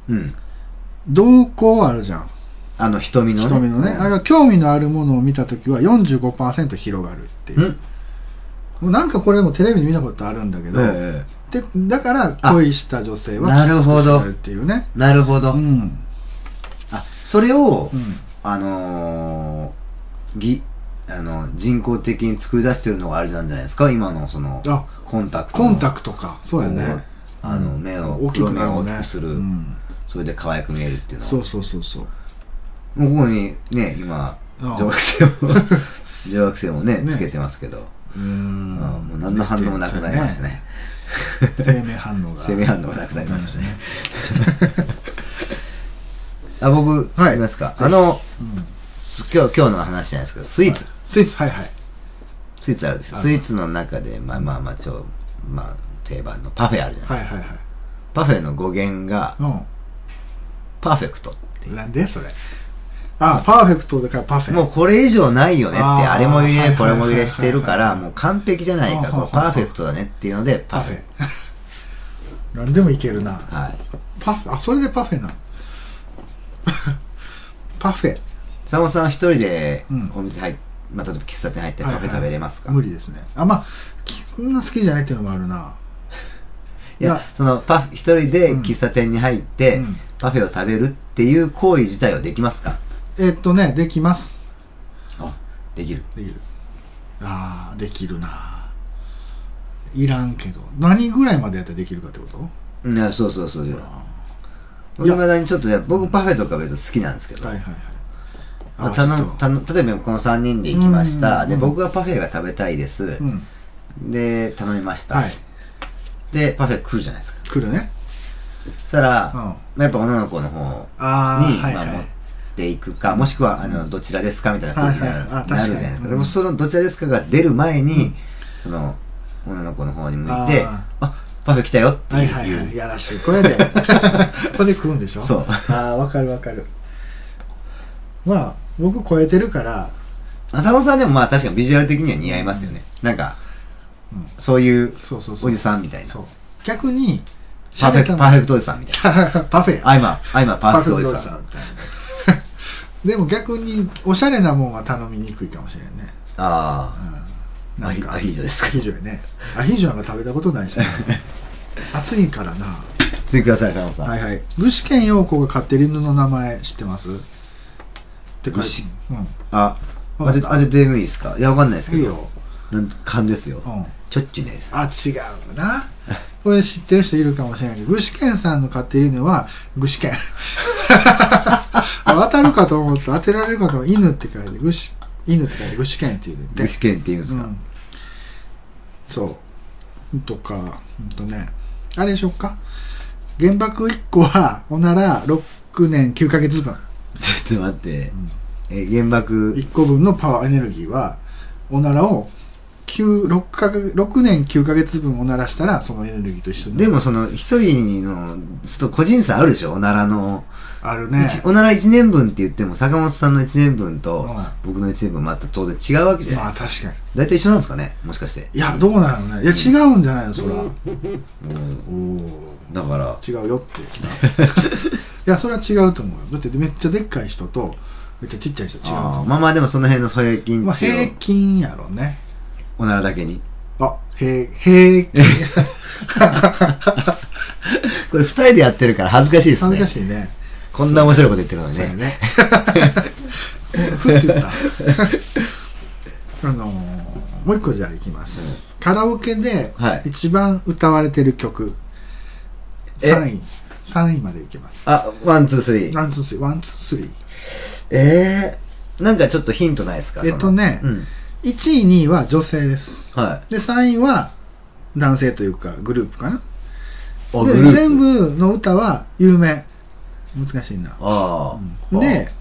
Speaker 1: うん。
Speaker 2: 瞳孔あるじゃん。
Speaker 1: あの、瞳のね。
Speaker 2: 瞳のね。あれは興味のあるものを見たときは45%広がるっていうう。
Speaker 1: ん。
Speaker 2: もうなんかこれもテレビで見たことあるんだけど、
Speaker 1: ええ
Speaker 2: でだから恋した女性は
Speaker 1: あなるほど
Speaker 2: 美しくなるっていうね。
Speaker 1: なるほど。
Speaker 2: うん。
Speaker 1: あ、それを、
Speaker 2: うん。
Speaker 1: あのー、ぎ、あの、人工的に作り出してるのがあれなんじゃないですか今のその
Speaker 2: あ、
Speaker 1: コンタクトの。
Speaker 2: コンタクトか。そうやね。
Speaker 1: あの、目を、
Speaker 2: 大きくなる
Speaker 1: 黒
Speaker 2: もん
Speaker 1: 目を大き
Speaker 2: ね。
Speaker 1: くする、
Speaker 2: うん
Speaker 1: それで可愛く見えるっていうのは。
Speaker 2: そうそうそうそう。
Speaker 1: もうここにね、今、
Speaker 2: ああ
Speaker 1: 女学生も、 女学生もね、
Speaker 2: ね
Speaker 1: つけてますけど、
Speaker 2: うー
Speaker 1: うんんもう何の反応もなくなりました。ね。
Speaker 2: 生命反応が。
Speaker 1: 生命反応がなくなりましたね。 あ、僕、
Speaker 2: はい
Speaker 1: いますか。
Speaker 2: ぜひ
Speaker 1: あの、
Speaker 2: うん
Speaker 1: す今日、今日の話じゃないですけど、スイーツ。
Speaker 2: スイーツ、はいはい。
Speaker 1: スイーツあるでしょ。
Speaker 2: ある
Speaker 1: スイーツの中で、まあまあまあ、ちょ、まあ、定番のパフェあるじゃないですか。
Speaker 2: はいはいはい。
Speaker 1: パフェの語源が、
Speaker 2: う
Speaker 1: パーフェクト。
Speaker 2: ん。なんでそれ。あ、パーフェクトだからパフェ。
Speaker 1: もうこれ以上ないよねって、
Speaker 2: あー
Speaker 1: あれも入
Speaker 2: はいはいはいは
Speaker 1: れ、
Speaker 2: い
Speaker 1: これも入れしてるから、もう完璧じゃないか、これパーフェクトだねっていうので、
Speaker 2: パ
Speaker 1: パ
Speaker 2: フ
Speaker 1: フェ。
Speaker 2: ェ。 なんでもいけるな。
Speaker 1: はい。
Speaker 2: パフェ、あ、それでパフェな。 パフェ。
Speaker 1: 坂本さんは一人で
Speaker 2: うん
Speaker 1: お店入っ、まあ、例えば喫茶店入ってパフェ食べれますか、
Speaker 2: はいいはい無理ですねあまあきそんな好きじゃないっていうのもあるな
Speaker 1: や、そのパフ、一人で
Speaker 2: うん
Speaker 1: 喫茶店に入って、
Speaker 2: うん
Speaker 1: パフェを食べるっていう行為自体はできますか
Speaker 2: えっとねできます
Speaker 1: あ、できる。
Speaker 2: できるあーできるないらんけど何ぐらいまでやったらできるかってこと
Speaker 1: うん、あそうそうそう。
Speaker 2: い
Speaker 1: い
Speaker 2: や
Speaker 1: まだにちょっとね、僕パフェとか別に好きなんですけど、
Speaker 2: はいはいはい
Speaker 1: まあ、
Speaker 2: ー
Speaker 1: 頼
Speaker 2: ちょ
Speaker 1: む
Speaker 2: っと
Speaker 1: 頼む例えばこの3人で行きました。
Speaker 2: うん
Speaker 1: で、僕がパフェが食べたいです
Speaker 2: う。ん
Speaker 1: で、頼みました。
Speaker 2: はい
Speaker 1: で、パフェ来るじゃないですか。
Speaker 2: 来るね
Speaker 1: そしたら、
Speaker 2: うん
Speaker 1: まあやっぱ女の子の方
Speaker 2: あ
Speaker 1: に、
Speaker 2: ーはいは
Speaker 1: まあ、持っ
Speaker 2: い
Speaker 1: ていくか、もしくは、あの、どちらですかみたいな空気になる,、
Speaker 2: はいはいあ確
Speaker 1: な
Speaker 2: か
Speaker 1: る
Speaker 2: に
Speaker 1: じゃないですか。
Speaker 2: うん
Speaker 1: でも、その、どちらですかが出る前に、その、女の子の方に向いて、
Speaker 2: あ
Speaker 1: あパフェ来たよって、
Speaker 2: はいいうはい
Speaker 1: 言う
Speaker 2: はいやらしいこれで これで食うんでしょ
Speaker 1: そう
Speaker 2: ああわかるわかるまあ僕超えてるから
Speaker 1: 浅野さんでもまあ確かにビジュアル的には似合いますよね。なんか、
Speaker 2: うん
Speaker 1: そういう
Speaker 2: そうそうそう
Speaker 1: おじさんみたいな。
Speaker 2: そう逆に
Speaker 1: パフェ
Speaker 2: 喋ったの
Speaker 1: パフェクトおじさんみたいな。
Speaker 2: パフェ
Speaker 1: あ、今、あ、今パフェクトおじ
Speaker 2: パ
Speaker 1: さん。
Speaker 2: フェクトおじさんみたいなでも逆におしゃれなもんは頼みにくいかもしれんね
Speaker 1: ああ、
Speaker 2: な
Speaker 1: ア
Speaker 2: ん
Speaker 1: ヒ
Speaker 2: か
Speaker 1: アヒージョです
Speaker 2: ア
Speaker 1: か。
Speaker 2: ヒージョやねアヒージョなんか食べたことないしね 暑いからな
Speaker 1: 次ください、浅野さん。
Speaker 2: はいはい具志堅用子が飼ってる犬の名前知ってますって書い
Speaker 1: 具志
Speaker 2: てうん
Speaker 1: あ、
Speaker 2: わか
Speaker 1: 当
Speaker 2: ってた
Speaker 1: 当ててもいいですかいや、わかんないですけ
Speaker 2: いい
Speaker 1: ど。
Speaker 2: よ、
Speaker 1: なん勘ですよ
Speaker 2: う。ん、
Speaker 1: ちょっちゅねです。
Speaker 2: あ違うなこれ知ってる人いるかもしれないけど具志堅さんの飼ってる犬は具志堅 あ当たるかと思った当てられるかと思った犬って書いて具志犬って書いて具志堅っていうねんて
Speaker 1: 具志堅って言うんですか、
Speaker 2: うん、そうとかうんとねあれでしょうか原爆1個はおなら6年9ヶ月分
Speaker 1: ちょっと待って。え、原爆、
Speaker 2: 1個分のパワーエネルギーはおならを6か6年9ヶ月分おならしたらそのエネルギーと一緒に
Speaker 1: でもその、一人の、ちょっと個人差あるでしょおならの。
Speaker 2: あるね
Speaker 1: 一おなら1年分って言っても、坂本さんの1年分と
Speaker 2: うん、
Speaker 1: 僕の1年分また当然違うわけじゃない
Speaker 2: ま
Speaker 1: で
Speaker 2: あ
Speaker 1: すか。
Speaker 2: 確かに
Speaker 1: 大体一緒なんですかねもしかして。
Speaker 2: いやどうなのねいや違うんじゃないのそらお
Speaker 1: うん
Speaker 2: お
Speaker 1: だから、
Speaker 2: 違うよって いやそれは違うと思うよだってめっちゃでっかい人とめっちゃちっちゃい人違うと
Speaker 1: あ
Speaker 2: 思
Speaker 1: ーまあまあでもその辺の平
Speaker 2: う
Speaker 1: 均
Speaker 2: まあ
Speaker 1: 値
Speaker 2: 平
Speaker 1: を、
Speaker 2: 均やろね
Speaker 1: おならだけに。
Speaker 2: あ平平均
Speaker 1: これ二人でやってるから恥ずかしいです
Speaker 2: 恥ず
Speaker 1: ね
Speaker 2: か。しいね
Speaker 1: こんな面白いこと言ってるのに
Speaker 2: そうや
Speaker 1: ね。
Speaker 2: ね ふって言ったあのーもう一個じゃあいきます、カラオケで
Speaker 1: はい
Speaker 2: 一番歌われてる曲、
Speaker 1: え
Speaker 2: 3位3位までいけます
Speaker 1: あ、ワン、ツー、スリー。
Speaker 2: ワンツースリーワンツースリー
Speaker 1: ええー、なんかちょっとヒントないですか
Speaker 2: えっと。ね
Speaker 1: そ、のうん。
Speaker 2: 1位2位は女性です
Speaker 1: は。
Speaker 2: で3位は男性というかグループかない
Speaker 1: あ
Speaker 2: で
Speaker 1: グループ
Speaker 2: 全部の歌は有名難しいな
Speaker 1: ああ。
Speaker 2: で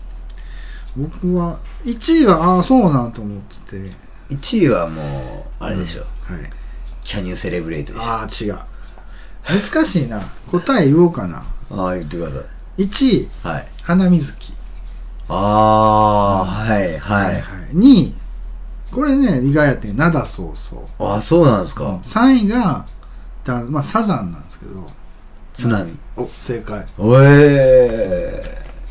Speaker 2: 僕は1位はああそうなんと思ってて
Speaker 1: あ、1位はもう、あれでしょ。
Speaker 2: はい
Speaker 1: キャニューセレブレイトでしょ。あ
Speaker 2: ああ違う難しいな答え言おうかな
Speaker 1: あ、言ってください。
Speaker 2: 1位
Speaker 1: はい。
Speaker 2: 花水木
Speaker 1: ああ、はい、はい。
Speaker 2: 2位これね意外やってん灘そうそう
Speaker 1: ああ、そうなんですか。
Speaker 2: 3位がだ、まあ、サザンなんですけど
Speaker 1: 津波。
Speaker 2: お正解
Speaker 1: おえ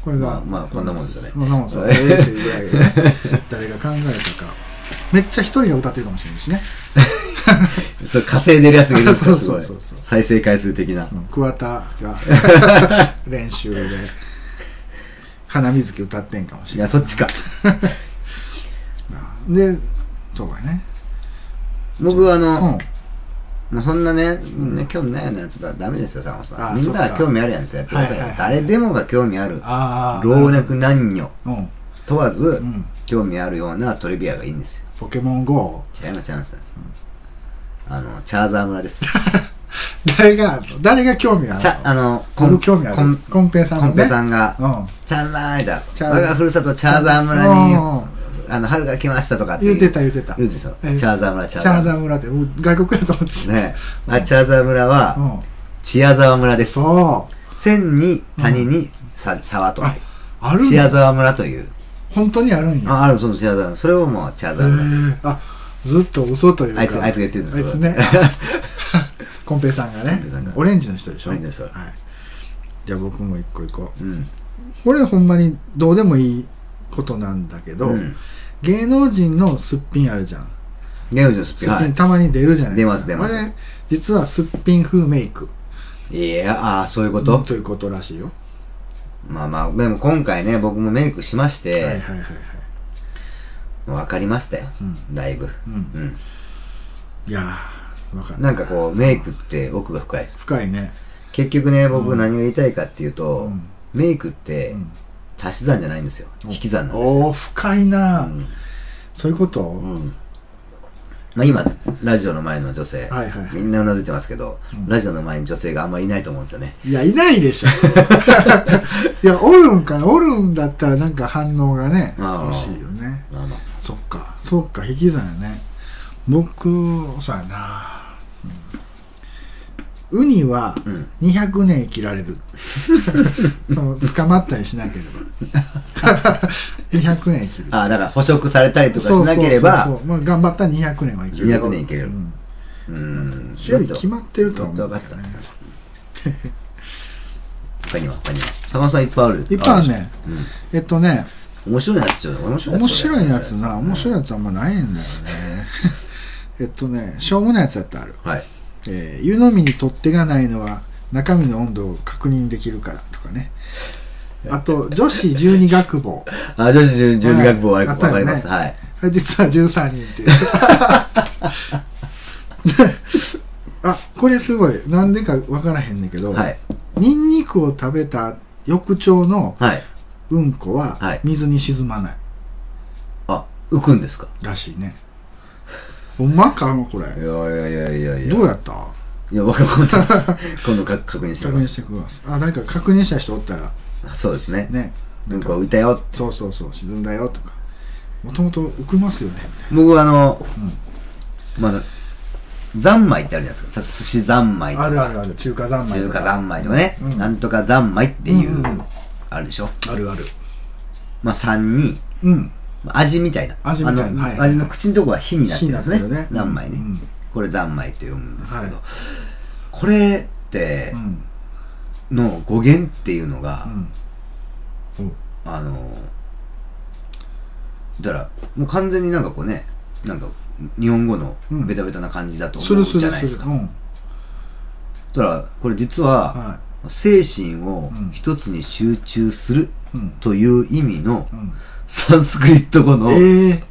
Speaker 2: これが
Speaker 1: まあまあこんなもんですよね
Speaker 2: こんなもんですよねええっていうぐらいでね誰が考えたかめっちゃ一人が歌ってるかもしれないしね
Speaker 1: ー。それ稼いでるやつがいるんですか
Speaker 2: そうそう
Speaker 1: す
Speaker 2: そ
Speaker 1: ご
Speaker 2: う
Speaker 1: い
Speaker 2: そう
Speaker 1: 再生回数的な。
Speaker 2: うん桑田が 練習で花水木歌ってんかもし
Speaker 1: い
Speaker 2: れな
Speaker 1: や、
Speaker 2: い
Speaker 1: そっちか。
Speaker 2: でそうかね
Speaker 1: 僕、あ
Speaker 2: う
Speaker 1: の、
Speaker 2: ん
Speaker 1: もうそんなね、ね興味ないようなやつはダメですよ、坂本さん。
Speaker 2: あー
Speaker 1: みんな
Speaker 2: そ
Speaker 1: が
Speaker 2: っか
Speaker 1: 興味あるやつやってくださいよ
Speaker 2: はいはいは
Speaker 1: 誰でもが興味ある。
Speaker 2: ああ
Speaker 1: 老若男女
Speaker 2: うん
Speaker 1: 問わず、
Speaker 2: うん
Speaker 1: 興味あるようなトリビアがいいんですよ。
Speaker 2: ポケモン GO
Speaker 1: 違います、違います。あの、チャーザー村です。
Speaker 2: 誰があるの誰が興味ある
Speaker 1: ちゃ、あ
Speaker 2: の
Speaker 1: の、
Speaker 2: この興味あ
Speaker 1: コ
Speaker 2: る
Speaker 1: ン
Speaker 2: コンペイさん
Speaker 1: コ
Speaker 2: の
Speaker 1: ンペ
Speaker 2: ね
Speaker 1: さんが、
Speaker 2: うん
Speaker 1: チャンラーイだ。
Speaker 2: チャー
Speaker 1: 我がふるさとチャーザー村に、あの、春が来ましたとかってい
Speaker 2: 言
Speaker 1: う。
Speaker 2: ってた言ってた
Speaker 1: 言うでしょ。チ
Speaker 2: ええ
Speaker 1: ャーザー村、チ
Speaker 2: チ
Speaker 1: ャーザー
Speaker 2: ャ
Speaker 1: 村。
Speaker 2: ーザー村ってもう外国だと思ってた
Speaker 1: ねあ、チャーザー村
Speaker 2: う
Speaker 1: は、
Speaker 2: ん
Speaker 1: チアザワ村です。
Speaker 2: そう
Speaker 1: 千に谷にさ沢と。
Speaker 2: ああるん
Speaker 1: チア
Speaker 2: や
Speaker 1: ザワ村という。
Speaker 2: 本当にあるんや
Speaker 1: あ、ある、そのチアザワ。それをもうチャー
Speaker 2: へ
Speaker 1: ザー村。
Speaker 2: えあずっと嘘というか
Speaker 1: あいつあいつが言ってるんですよ
Speaker 2: あいつ ねコンペイさんがね
Speaker 1: コンペイさんが
Speaker 2: オレンジの人でしょ
Speaker 1: オレンジの人
Speaker 2: はいじゃあ僕も一個一個
Speaker 1: うん。
Speaker 2: これほんまにどうでもいいことなんだけど、
Speaker 1: うん。
Speaker 2: 芸能人のすっぴんあるじゃん
Speaker 1: ゲームのスピ
Speaker 2: す
Speaker 1: ン。
Speaker 2: っ
Speaker 1: は
Speaker 2: ぴんたまに出るじゃないですか、
Speaker 1: 出ます出ます
Speaker 2: あれ実はすっぴん風メイク
Speaker 1: い。いや、ああ、そういうこと
Speaker 2: ということらしいよ
Speaker 1: まあまあ、でも今回ね、僕もメイクしまし
Speaker 2: はい
Speaker 1: て、
Speaker 2: はいはいはい、
Speaker 1: わかりましたよ。
Speaker 2: うん
Speaker 1: だいぶ。
Speaker 2: うん、
Speaker 1: うん。
Speaker 2: いやー分かんない
Speaker 1: なんかこう、メイクって奥が深いです。
Speaker 2: 深いね
Speaker 1: 結局ね、僕何が言いたいかっていう
Speaker 2: う
Speaker 1: と
Speaker 2: ん、
Speaker 1: メイクって
Speaker 2: うん
Speaker 1: 足し算じゃないんですよ。引き算なんですよ。
Speaker 2: おお深いな、
Speaker 1: うん
Speaker 2: そういうこと、
Speaker 1: うんまあ、今、ラジオの前の女性、
Speaker 2: はいはいはい
Speaker 1: みんなうなずいてますけど、
Speaker 2: うん
Speaker 1: ラジオの前に女性があんまりいないと思うんですよね。
Speaker 2: いやいないでし ょいやおるんかなおるんだったらなんか反応がね
Speaker 1: あー
Speaker 2: 欲しいよね
Speaker 1: まあまあ、
Speaker 2: そっかそっか引き算やね僕そうやな、うん、ウニは
Speaker 1: うん
Speaker 2: 200年生きられ る、その捕まったりしなけれ ば200年生きる
Speaker 1: ああ、だから捕食されたりとかしなければ、
Speaker 2: そううそうそうそうまあ、頑張ったら200年は生きる
Speaker 1: 200年生きる
Speaker 2: うん、
Speaker 1: ーん。
Speaker 2: 種類決まってると
Speaker 1: ち
Speaker 2: は
Speaker 1: ょっ
Speaker 2: 思
Speaker 1: と
Speaker 2: う
Speaker 1: 分
Speaker 2: け
Speaker 1: かっ
Speaker 2: ど
Speaker 1: たん
Speaker 2: ね
Speaker 1: ですか、他には、他には。坂本さんいっぱいある。
Speaker 2: いっぱいあるねえっとね
Speaker 1: 面白いやつちょうだい。面白いやつ。
Speaker 2: 面白いやつな面
Speaker 1: い。
Speaker 2: 白いやつあんまないんだよね えっとねしょうもないやつだってある
Speaker 1: はい。
Speaker 2: えー湯飲みに取っ手がないのは中身の温度を確認できるからとかねあと女子十二学坊
Speaker 1: あ、女子十二学部
Speaker 2: はい
Speaker 1: わかります。
Speaker 2: あっ
Speaker 1: はい。
Speaker 2: はい実は13人っていう あこれすごいなんでか分からへんねんけど、
Speaker 1: はい。
Speaker 2: ニンニクを食べた翌朝の
Speaker 1: はい。
Speaker 2: うんこ
Speaker 1: は
Speaker 2: はい水に沈まない
Speaker 1: あ、浮くんですか
Speaker 2: らしいね、ほんまかのこれ
Speaker 1: いやいやいやいやいや。
Speaker 2: どうやった
Speaker 1: いや、わかんない です。今度か確認して
Speaker 2: 確
Speaker 1: みま
Speaker 2: 認
Speaker 1: す。
Speaker 2: してくださいあ誰か確認した人おったら
Speaker 1: そうですね。
Speaker 2: ね
Speaker 1: なんか浮いたよ。
Speaker 2: そうそうそう沈んだよとかもともと浮きますよねみたい
Speaker 1: 僕はあの、まだ、三昧ってあるじゃないですか。さ寿司三昧とか、
Speaker 2: なあるあるある中華三昧
Speaker 1: 中
Speaker 2: とか
Speaker 1: 華三昧とかね、
Speaker 2: うん
Speaker 1: なんとか三昧っていう、
Speaker 2: うんうん
Speaker 1: あるでしょ。
Speaker 2: あるある
Speaker 1: まあ三に、
Speaker 2: うん
Speaker 1: まあ味みたいな。
Speaker 2: 味みたいな
Speaker 1: あの、
Speaker 2: はいはい
Speaker 1: 味の口のとこは火になってるんですね。
Speaker 2: 火になってるね
Speaker 1: 三昧ね、
Speaker 2: うん
Speaker 1: これ三昧って読むんですけど、
Speaker 2: はい
Speaker 1: これって
Speaker 2: う、ん
Speaker 1: の語源っていうのが、
Speaker 2: うん
Speaker 1: あの、だから、もう完全になんかこうね、なんか、日本語の
Speaker 2: うん
Speaker 1: ベタベタな感じだと
Speaker 2: す
Speaker 1: 思う
Speaker 2: るす
Speaker 1: じゃ
Speaker 2: る
Speaker 1: ないです
Speaker 2: す
Speaker 1: か。
Speaker 2: るうん
Speaker 1: だから、これ実は、
Speaker 2: は
Speaker 1: 精神を
Speaker 2: うん
Speaker 1: 一つに集中する
Speaker 2: いうん
Speaker 1: という意味の
Speaker 2: うん
Speaker 1: サンスクリット語の、え
Speaker 2: え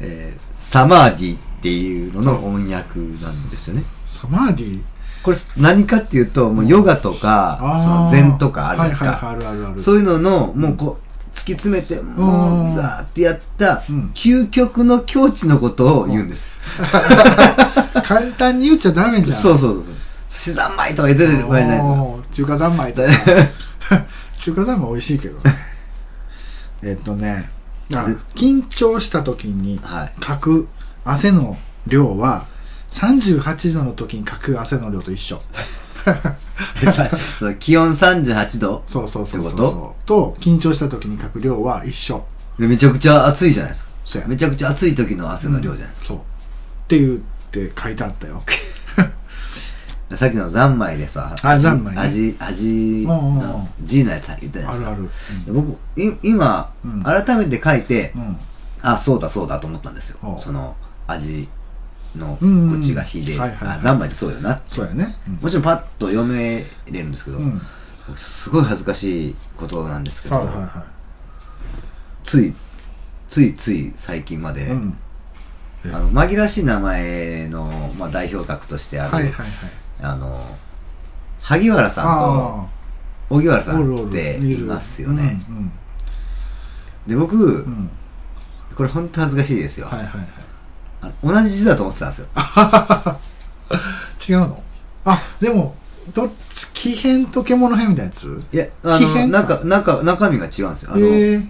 Speaker 2: え
Speaker 1: ーサマーディっていうのの翻訳なんですよね。
Speaker 2: サマーディ
Speaker 1: これ何かっていうと、もうヨガとか、その禅とかあるじゃないですか。
Speaker 2: はいはいはい、あるあるある。
Speaker 1: そういうのの、もうこう、突き詰めて、もう、ガーってやった
Speaker 2: うん、
Speaker 1: 究極の境地のことを言うんです。
Speaker 2: 簡単に言っちゃダメじゃん。
Speaker 1: そうそうそう。死三昧とか言ってる場合じゃないですか。
Speaker 2: おー中華三 昧とか中華三昧美味しいけどねえっとねあ緊張した時に
Speaker 1: はい。
Speaker 2: かく汗の量は38度の時にかく汗の量と一緒
Speaker 1: えさ その気温38度
Speaker 2: そうそうそうそう
Speaker 1: ってこ
Speaker 2: そうと緊張した時にかく量は一緒
Speaker 1: めちゃくちゃ暑いじゃないですか。
Speaker 2: そうや
Speaker 1: めちゃくちゃ暑い時の汗の量じゃないですか。
Speaker 2: そうっていうって書いてあったよ
Speaker 1: さっきの三昧でさ、
Speaker 2: あ三昧ね
Speaker 1: 味、味
Speaker 2: うんうんうん
Speaker 1: の G のやつ言ったじゃないで
Speaker 2: あ
Speaker 1: す
Speaker 2: る
Speaker 1: か。
Speaker 2: ある
Speaker 1: で僕、い今
Speaker 2: うん、
Speaker 1: 改めて書いて
Speaker 2: う、ん、うん
Speaker 1: あ、そうだそうだと思ったんですよ
Speaker 2: お。う
Speaker 1: その味の
Speaker 2: うんうん
Speaker 1: 口が火で、
Speaker 2: はいはいはい
Speaker 1: あ、三昧ってそうよな。
Speaker 2: そうやねうん
Speaker 1: もちろんパッと読めれるんですけど、
Speaker 2: うん
Speaker 1: 僕すごい恥ずかしいことなんですけど、
Speaker 2: はいはいは
Speaker 1: つい、ついつい最近まで、
Speaker 2: いうん
Speaker 1: あの紛らわしい名前の、まあ、代表格としてある、
Speaker 2: はいはいはい
Speaker 1: あの萩原さん
Speaker 2: あ
Speaker 1: と荻原
Speaker 2: あ
Speaker 1: さ
Speaker 2: ーおるお
Speaker 1: ん
Speaker 2: る
Speaker 1: って
Speaker 2: 見
Speaker 1: い
Speaker 2: る
Speaker 1: ますよね。
Speaker 2: うんうん
Speaker 1: で僕
Speaker 2: うん、
Speaker 1: これ本当恥ずかしいですよ、
Speaker 2: はいはいはい。
Speaker 1: あの同じ字だと思ってたんですよ。
Speaker 2: 違うのあ、でも、どっち、奇変と獣変みたいなやつ
Speaker 1: いやあ
Speaker 2: 非
Speaker 1: の
Speaker 2: 変
Speaker 1: なん
Speaker 2: か
Speaker 1: かなんか中身が違うんですよ。あの、
Speaker 2: へえー。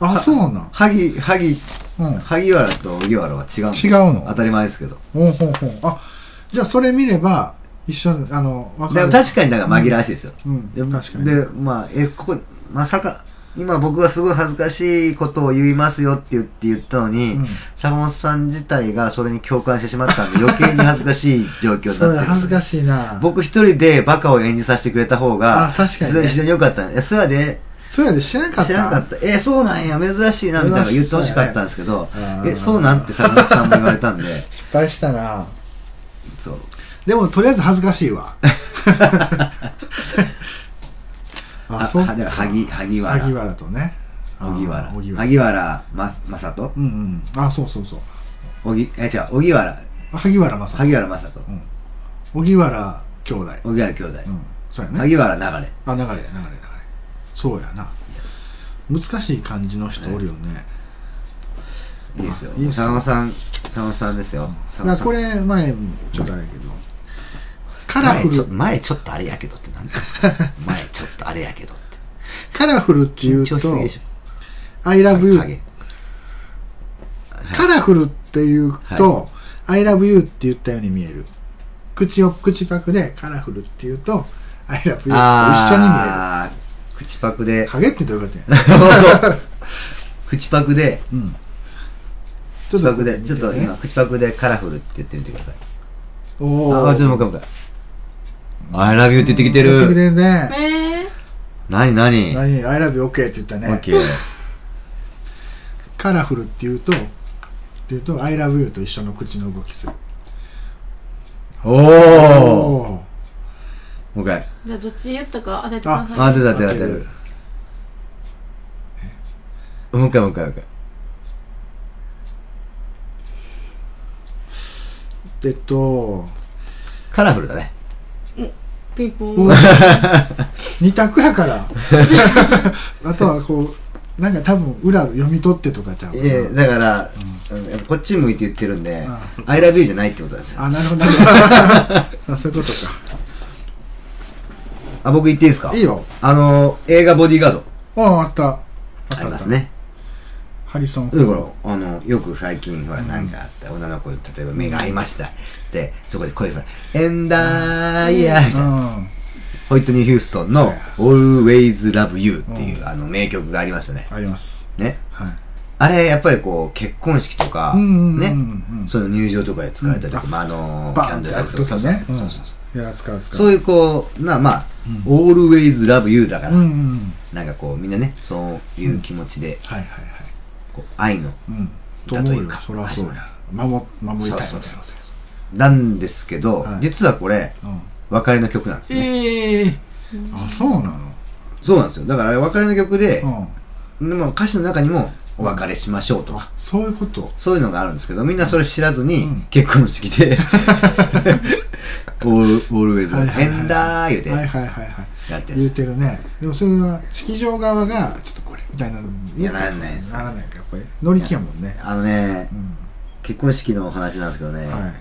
Speaker 2: あ、そうなん。
Speaker 1: 萩萩
Speaker 2: うん。
Speaker 1: 萩原と荻原は違うんです
Speaker 2: 違うの
Speaker 1: 当たり前ですけど。
Speaker 2: ほうほうほう。あ、じゃあそれ見れば、一緒に、あの、わか
Speaker 1: で
Speaker 2: る。
Speaker 1: も確かにだから紛らわしいですよ。
Speaker 2: うん、
Speaker 1: で
Speaker 2: 確かに。
Speaker 1: で、まあ、え、ここ、まさか、今僕がすごい恥ずかしいことを言いますよって言って言ったのに、
Speaker 2: うん
Speaker 1: 坂本さん自体がそれに共感してしまったんで、余計に恥ずかしい状況に
Speaker 2: そ
Speaker 1: なって
Speaker 2: れ
Speaker 1: る。
Speaker 2: 恥ず かしいな。
Speaker 1: 僕一人でバカを演じさせてくれた方が、
Speaker 2: あ確かにね
Speaker 1: それ非常に良かった。え、そうやで、
Speaker 2: そうやで知らなかった。
Speaker 1: 知らんかった。え、そうなんや、珍しいな、みたいなの言ってほしかったんですけど
Speaker 2: そうや、ね
Speaker 1: え、そうなんって坂本さんも言われたんで、
Speaker 2: 失敗したな。
Speaker 1: そう。
Speaker 2: でも、とりあえず恥ずかし いわ。あ、そう
Speaker 1: はだから、萩、萩原。
Speaker 2: 萩原とね。あー
Speaker 1: 荻原。
Speaker 2: 荻
Speaker 1: 萩
Speaker 2: 原。
Speaker 1: 原、ま、まさと
Speaker 2: うんうん。あ、そうそうそう。
Speaker 1: おぎ、え、違う、荻原、
Speaker 2: 萩原正
Speaker 1: 萩原正人、
Speaker 2: 人。荻原兄弟。
Speaker 1: 荻原兄弟、
Speaker 2: うん。そうやね。
Speaker 1: 萩原流れ。
Speaker 2: あ、流れ、流れ、流れ。そうやな。難しい感じの人おるよね。
Speaker 1: いいですよ。
Speaker 2: いいですか
Speaker 1: 佐野さん、佐野さんですよ。佐
Speaker 2: だ
Speaker 1: 野
Speaker 2: から
Speaker 1: さん。
Speaker 2: これ、前、ちょっとあれやけど。カラフ
Speaker 1: 前ちょ、
Speaker 2: ル、
Speaker 1: 前ちょっとあれやけどって何です か前ちょっとあれやけどって。
Speaker 2: カラフルって言
Speaker 1: 緊
Speaker 2: う
Speaker 1: 張
Speaker 2: と
Speaker 1: し、すぎでしょ。
Speaker 2: I love you
Speaker 1: 影。
Speaker 2: カラフルって言うと、I love you って言ったように見える。口を、口パクでカラフルって言うと、I love you と一緒に見え
Speaker 1: あ ー、口パクで
Speaker 2: る。。影ってどういうことやねん
Speaker 1: そうそう。口パクで、
Speaker 2: うん。ち
Speaker 1: 口パクで、ちょっと
Speaker 2: 見て
Speaker 1: 今、
Speaker 2: ね。
Speaker 1: 口パクでカラフルって言ってみてください。
Speaker 2: おー
Speaker 1: あー、ちょっともう一回もう一回。I love you って言ってきて
Speaker 2: 言って
Speaker 1: る。
Speaker 2: きてるね。
Speaker 3: えー、
Speaker 1: なになに
Speaker 2: 何 ?I love you OK って言ったね。
Speaker 1: ?OK。
Speaker 2: カラフルって言うと、って言うと I love you と一緒の口の動きする。
Speaker 1: おー。
Speaker 2: おー。
Speaker 1: もう一回。
Speaker 3: じゃあどっち言ったか当ててください。
Speaker 1: あ、出た出た出た。もう一回もう一回もう一回。
Speaker 2: えっと、
Speaker 1: カラフルだね。
Speaker 3: ピンポ
Speaker 2: う
Speaker 3: ン
Speaker 2: わ。二択やから。 あとはこう、なんか多分裏読み取ってとかちゃうかな
Speaker 1: ええだから、うんやっぱこっち向いて言ってるんで
Speaker 2: あ、
Speaker 1: I love you じゃないってことなんですよ。
Speaker 2: あ、な るほど、なるほど。あそういうこと
Speaker 1: あ、僕言っていいですか
Speaker 2: か。いいよ。
Speaker 1: あの、映画ボディーガード
Speaker 2: ああ、あった。あった
Speaker 1: あります。ね。
Speaker 2: ハリソン・
Speaker 1: だから、あの、よく最近、ほら、なんかあった女の子に、例えば目が合いました。で、そこで声が、エンダーイヤーみたいな
Speaker 2: うん。
Speaker 1: ホイットニー・ヒューストンの
Speaker 2: そうや
Speaker 1: Always Love You っていうう、あの、名曲がありましたね。
Speaker 2: あります。
Speaker 1: ね。
Speaker 2: はい。
Speaker 1: あれ、やっぱりこう、結婚式とか、
Speaker 2: うんうんうん
Speaker 1: ね
Speaker 2: うん、
Speaker 1: その入場とかで使われたりと
Speaker 2: う
Speaker 1: か、まあ、あの、キ
Speaker 2: バ
Speaker 1: ャ
Speaker 2: ーン
Speaker 1: ン
Speaker 2: っ
Speaker 1: ド
Speaker 2: て
Speaker 1: ル
Speaker 2: 開
Speaker 1: ラク
Speaker 2: くと
Speaker 1: とか、そう
Speaker 2: か
Speaker 1: そう
Speaker 2: ね。
Speaker 1: そうそうそう。
Speaker 2: うん。いや、使う使う。
Speaker 1: そういうこう、なまあ、always love you だから、
Speaker 2: うんうん。
Speaker 1: なんかこう、みんなね、そういう気持ちで、
Speaker 2: はいはいはい。
Speaker 1: こう愛の、
Speaker 2: うん。と
Speaker 1: だと
Speaker 2: 思
Speaker 1: いうう
Speaker 2: よ。
Speaker 1: か
Speaker 2: そりゃそうや。守、守りたい。
Speaker 1: そうそうそうなんですけど、
Speaker 2: はい
Speaker 1: 実はこれ、
Speaker 2: うん。
Speaker 1: 別れの曲なんですね。
Speaker 2: ええあ、そうなの
Speaker 1: そうなんですよ。だから、別れの曲で
Speaker 2: う、ん。
Speaker 1: でも歌詞の中にも、お別れしましょうとか、
Speaker 2: そういうこと。
Speaker 1: そういうのがあるんですけど、みんなそれ知らずに、
Speaker 2: うん
Speaker 1: 結婚式 で、オール、オールウェイズ、
Speaker 2: はいはいはい
Speaker 1: 変だー言うて
Speaker 2: はいはいはいはい。
Speaker 1: やってる。
Speaker 2: 言うてるね。でもそれは、式場側が、ちょっとこれ、みたいなの
Speaker 1: いやなんないです
Speaker 2: ならないから、やっぱり。乗り気やもんね。
Speaker 1: あのね
Speaker 2: う、ん。
Speaker 1: 結婚式の話なんですけどね、
Speaker 2: はい。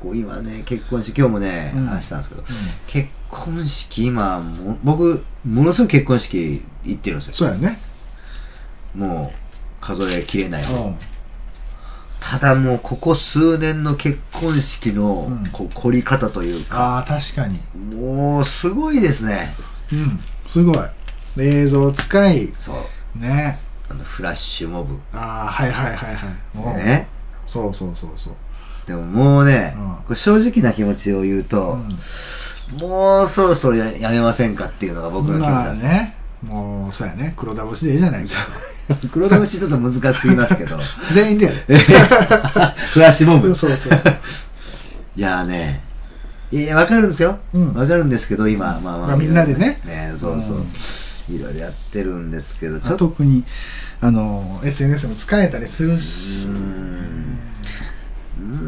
Speaker 1: こう今ね、結婚式、今日もね、
Speaker 2: うん
Speaker 1: 話したんですけど、結婚式、今、も僕、ものすごい結婚式行ってるんですよ。
Speaker 2: そうやね。
Speaker 1: もう、数えきれないほど。
Speaker 2: う
Speaker 1: ただもう、ここ数年の結婚式の
Speaker 2: うん、。
Speaker 1: こう、凝り方というんか、
Speaker 2: ああ、確かに。
Speaker 1: もう、すごいですね。
Speaker 2: うん。すごい。映像使い、
Speaker 1: そう。
Speaker 2: ね。
Speaker 1: あの、フラッシュモブ。
Speaker 2: ああ、はいはいはいはい。もう。
Speaker 1: ね。
Speaker 2: そうそうそうそう。
Speaker 1: でももうね、
Speaker 2: うん
Speaker 1: これ正直な気持ちを言うと、もうそろそろややめませんかっていうのが僕の気持ちなん
Speaker 2: ま
Speaker 1: で
Speaker 2: あ
Speaker 1: す、
Speaker 2: ね。もう、そうやね。黒倒しでいいじゃないです
Speaker 1: 黒田節ちょっと難しすぎますけ ど、
Speaker 2: か。全員でやで。
Speaker 1: フラッシュモ
Speaker 2: そ
Speaker 1: ブ
Speaker 2: う。そうそう。
Speaker 1: いやーね、いやいや、わかるんですよ。
Speaker 2: うん
Speaker 1: わかるんですけど、今、まあま
Speaker 2: ま
Speaker 1: あ。
Speaker 2: あみんなでね
Speaker 1: ね、そうそうう。いろいろやってるんですけど、ちょっと、
Speaker 2: 特に、あの、SNS も使えたりするし
Speaker 1: うー。ん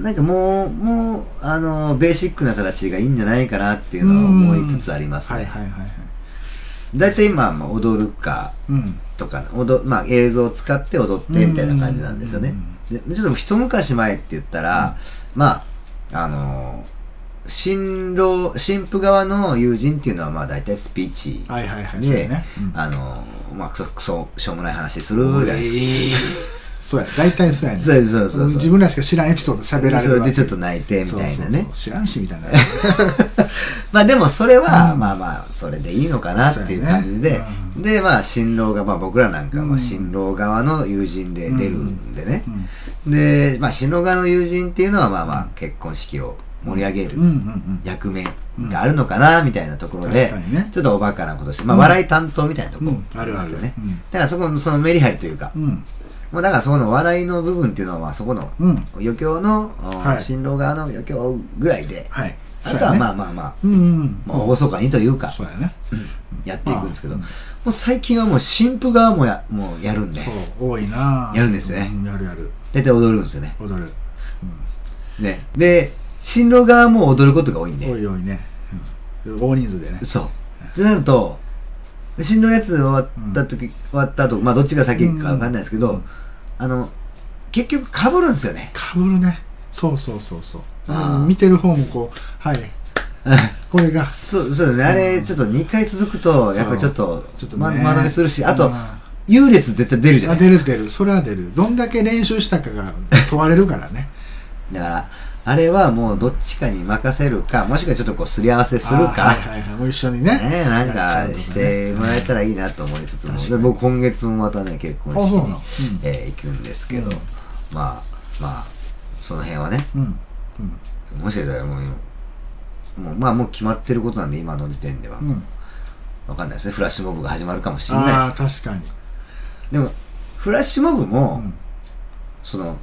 Speaker 1: なんかもう、もう、あの、ベーシックな形がいいんじゃないかなっていうのは思いつつあります
Speaker 2: はい
Speaker 1: ね。
Speaker 2: はいはいはい。
Speaker 1: だいたい今、まあ踊るか、
Speaker 2: うん。
Speaker 1: とかな踊、まあ、映像を使って踊ってみたいな感じなんですよね。でちょっと一昔前って言ったら、まあ、あのー新郎、新婦側の友人っていうのは、まあ、大体スピーチ、
Speaker 2: はいはいはい。
Speaker 1: で
Speaker 2: そうやね。うん
Speaker 1: あのーまあ、クソ、クソ、しょうもない話するじゃないです
Speaker 2: そうや。大体そうや
Speaker 1: か。
Speaker 2: ね。
Speaker 1: そうそうそうそう。
Speaker 2: 自分らしか知らんエピソード喋られ
Speaker 1: そ
Speaker 2: る
Speaker 1: れ
Speaker 2: わ
Speaker 1: で
Speaker 2: け
Speaker 1: ちょっと泣いてみたいな
Speaker 2: そうそう
Speaker 1: ね
Speaker 2: そう。知らんしみたいな
Speaker 1: まあでもそれは、
Speaker 2: うん
Speaker 1: まあまあ、それでいいのかなっていう感じ
Speaker 2: そう
Speaker 1: で
Speaker 2: やね、
Speaker 1: で、まあ、新郎が、まあ僕らなんか
Speaker 2: う
Speaker 1: は
Speaker 2: ん
Speaker 1: 新郎側の友人で出るんでね。
Speaker 2: うん
Speaker 1: で、まあ、篠川の友人っていうのは、まあまあ、結婚式を盛り上げる
Speaker 2: うんうん
Speaker 1: 役目があるのかな、みたいなところで
Speaker 2: 確かにね、
Speaker 1: ちょっとおバカなことして、まあ、
Speaker 2: うん
Speaker 1: 笑い担当みたいなとこ
Speaker 2: う
Speaker 1: ろ
Speaker 2: んある
Speaker 1: で
Speaker 2: あ
Speaker 1: す
Speaker 2: る
Speaker 1: よね。だからそこの、そのメリハリというか
Speaker 2: う、んうん
Speaker 1: もうだからそこの笑いの部分っていうのは、まあそこの
Speaker 2: うん
Speaker 1: 余興の、
Speaker 2: はい
Speaker 1: 新郎側の余興ぐらいで、
Speaker 2: はい
Speaker 1: あとはま
Speaker 2: あ
Speaker 1: あまあまあ、
Speaker 2: うんうん
Speaker 1: まあ、細かにというか、
Speaker 2: そうやね
Speaker 1: やっていくんですけど、
Speaker 2: うん
Speaker 1: もう最近はもう新婦側もや、もうやるんで、
Speaker 2: そう多いな
Speaker 1: やるんですよね
Speaker 2: うやるやる
Speaker 1: 大体踊るんですよね。
Speaker 2: 踊る
Speaker 1: ね。で、新郎側も踊ることが多いんで、
Speaker 2: 多い多いねうん大人数でね
Speaker 1: そう。ってなると、新郎やつ終わった時、終わった後、まあどっちが先かわかんないですけど、
Speaker 2: うん
Speaker 1: あの、結局被るんですよね。
Speaker 2: かぶるねそうそうそうそう
Speaker 1: あー
Speaker 2: うん見てる方もこうはいこれが
Speaker 1: そう、そうですね。あれ、ちょっと2回続くと、やっぱりちょっと、
Speaker 2: ちょっとね
Speaker 1: ま、間延びするし、あ
Speaker 2: う
Speaker 1: と
Speaker 2: ん、
Speaker 1: 優劣絶対出るじゃ
Speaker 2: あ
Speaker 1: ないで
Speaker 2: 出る出るそれは出るどんだけ練習したかが問われるからね
Speaker 1: すか。だから、あれはもうどっちかに任せるか、もしくはちょっとこう、すり合わせする
Speaker 2: あー
Speaker 1: か、
Speaker 2: はいはいはいもう一緒にね
Speaker 1: ね、なん
Speaker 2: やっちゃ
Speaker 1: か
Speaker 2: うとね
Speaker 1: してもらえたらいいなと思いつつも、
Speaker 2: 確か
Speaker 1: で
Speaker 2: に
Speaker 1: 僕今月もまたね、結婚式に、
Speaker 2: あそうなのうん
Speaker 1: えー行くんですけど、
Speaker 2: うん
Speaker 1: まあ、まあ、その辺はね、
Speaker 2: うんうん
Speaker 1: もしかしたらもう今、もう、まあもう決まってることなんで、今の時点では。
Speaker 2: うん、
Speaker 1: わかんないですね。フラッシュモブが始まるかもしれない
Speaker 2: ああ
Speaker 1: で
Speaker 2: 確かに、
Speaker 1: す。でも、フラッシュモブも、その、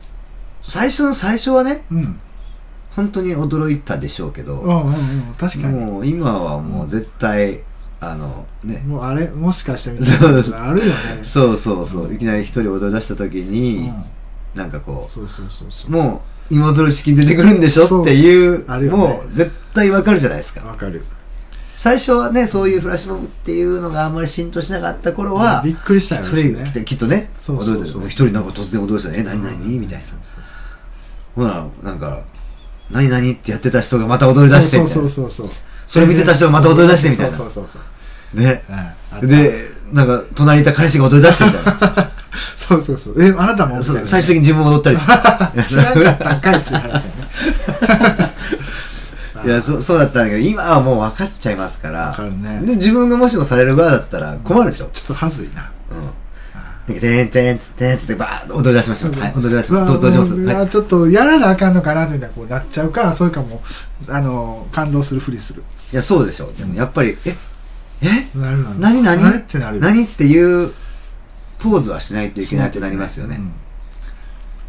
Speaker 1: 最初の最初はね、
Speaker 2: うんうん
Speaker 1: 本当に驚いたでしょうけ
Speaker 2: う
Speaker 1: ど、
Speaker 2: んうんうん確かにも
Speaker 1: もう今はもう絶対、あの、ね
Speaker 2: う、あれもしかしてみたいなことがあるよね
Speaker 1: そうそうそう、いきなり一人踊り出した時
Speaker 2: う
Speaker 1: に、
Speaker 2: ん
Speaker 1: なんかこ、
Speaker 2: そうそうそうそう
Speaker 1: もう、芋づる式に出てくるんでしょっていう、
Speaker 2: そうあるよね
Speaker 1: もう絶対わかるじゃないですか
Speaker 2: う。わかる
Speaker 1: 最初はね、そういうフラッシュモブっていうのがあんまり浸透しなかった頃は、
Speaker 2: びっくりしたよ
Speaker 1: 一人来て、きっとね、
Speaker 2: そうそうそ
Speaker 1: 驚いて
Speaker 2: う
Speaker 1: る一人なんか突然驚いてたね、え、何何みたいな
Speaker 2: そ。うそう
Speaker 1: ほら、なんか、何何ってやってた人がまた踊り出してみ
Speaker 2: そう
Speaker 1: たい
Speaker 2: そう
Speaker 1: な。
Speaker 2: そうそう
Speaker 1: それ見てた人がまた踊り出してみたいな
Speaker 2: そうそうそう
Speaker 1: ね。
Speaker 2: そう、うん、
Speaker 1: で、なんか、隣にいた彼氏が踊り出してみたいな
Speaker 2: そうそう そうえあなたも
Speaker 1: そう
Speaker 2: みたいな
Speaker 1: 最 終的に自分も踊ったりする
Speaker 2: 知らなかったんかいっていう話やね
Speaker 1: いやそう、そうだったんだけど、今はもう分かっちゃいますから。
Speaker 2: わかるね
Speaker 1: で、自分がもしもされる側だったら困るでしょ。
Speaker 2: ちょっとはずいな
Speaker 1: うん。なんか、てんてんつてんつってばーっと踊り出しましょう。はい、踊り出しま
Speaker 2: あ
Speaker 1: す。どうどうします
Speaker 2: もう
Speaker 1: はい
Speaker 2: あちょっとやらなあかんのかなというのはこうなっちゃうかそれかもうあの感動するふりする
Speaker 1: いや、そうでしょ。でも、やっぱり、ええ
Speaker 2: なるなる
Speaker 1: 何何
Speaker 2: 何ってなる
Speaker 1: 何っていうポーズはしないといけなくなりますよね。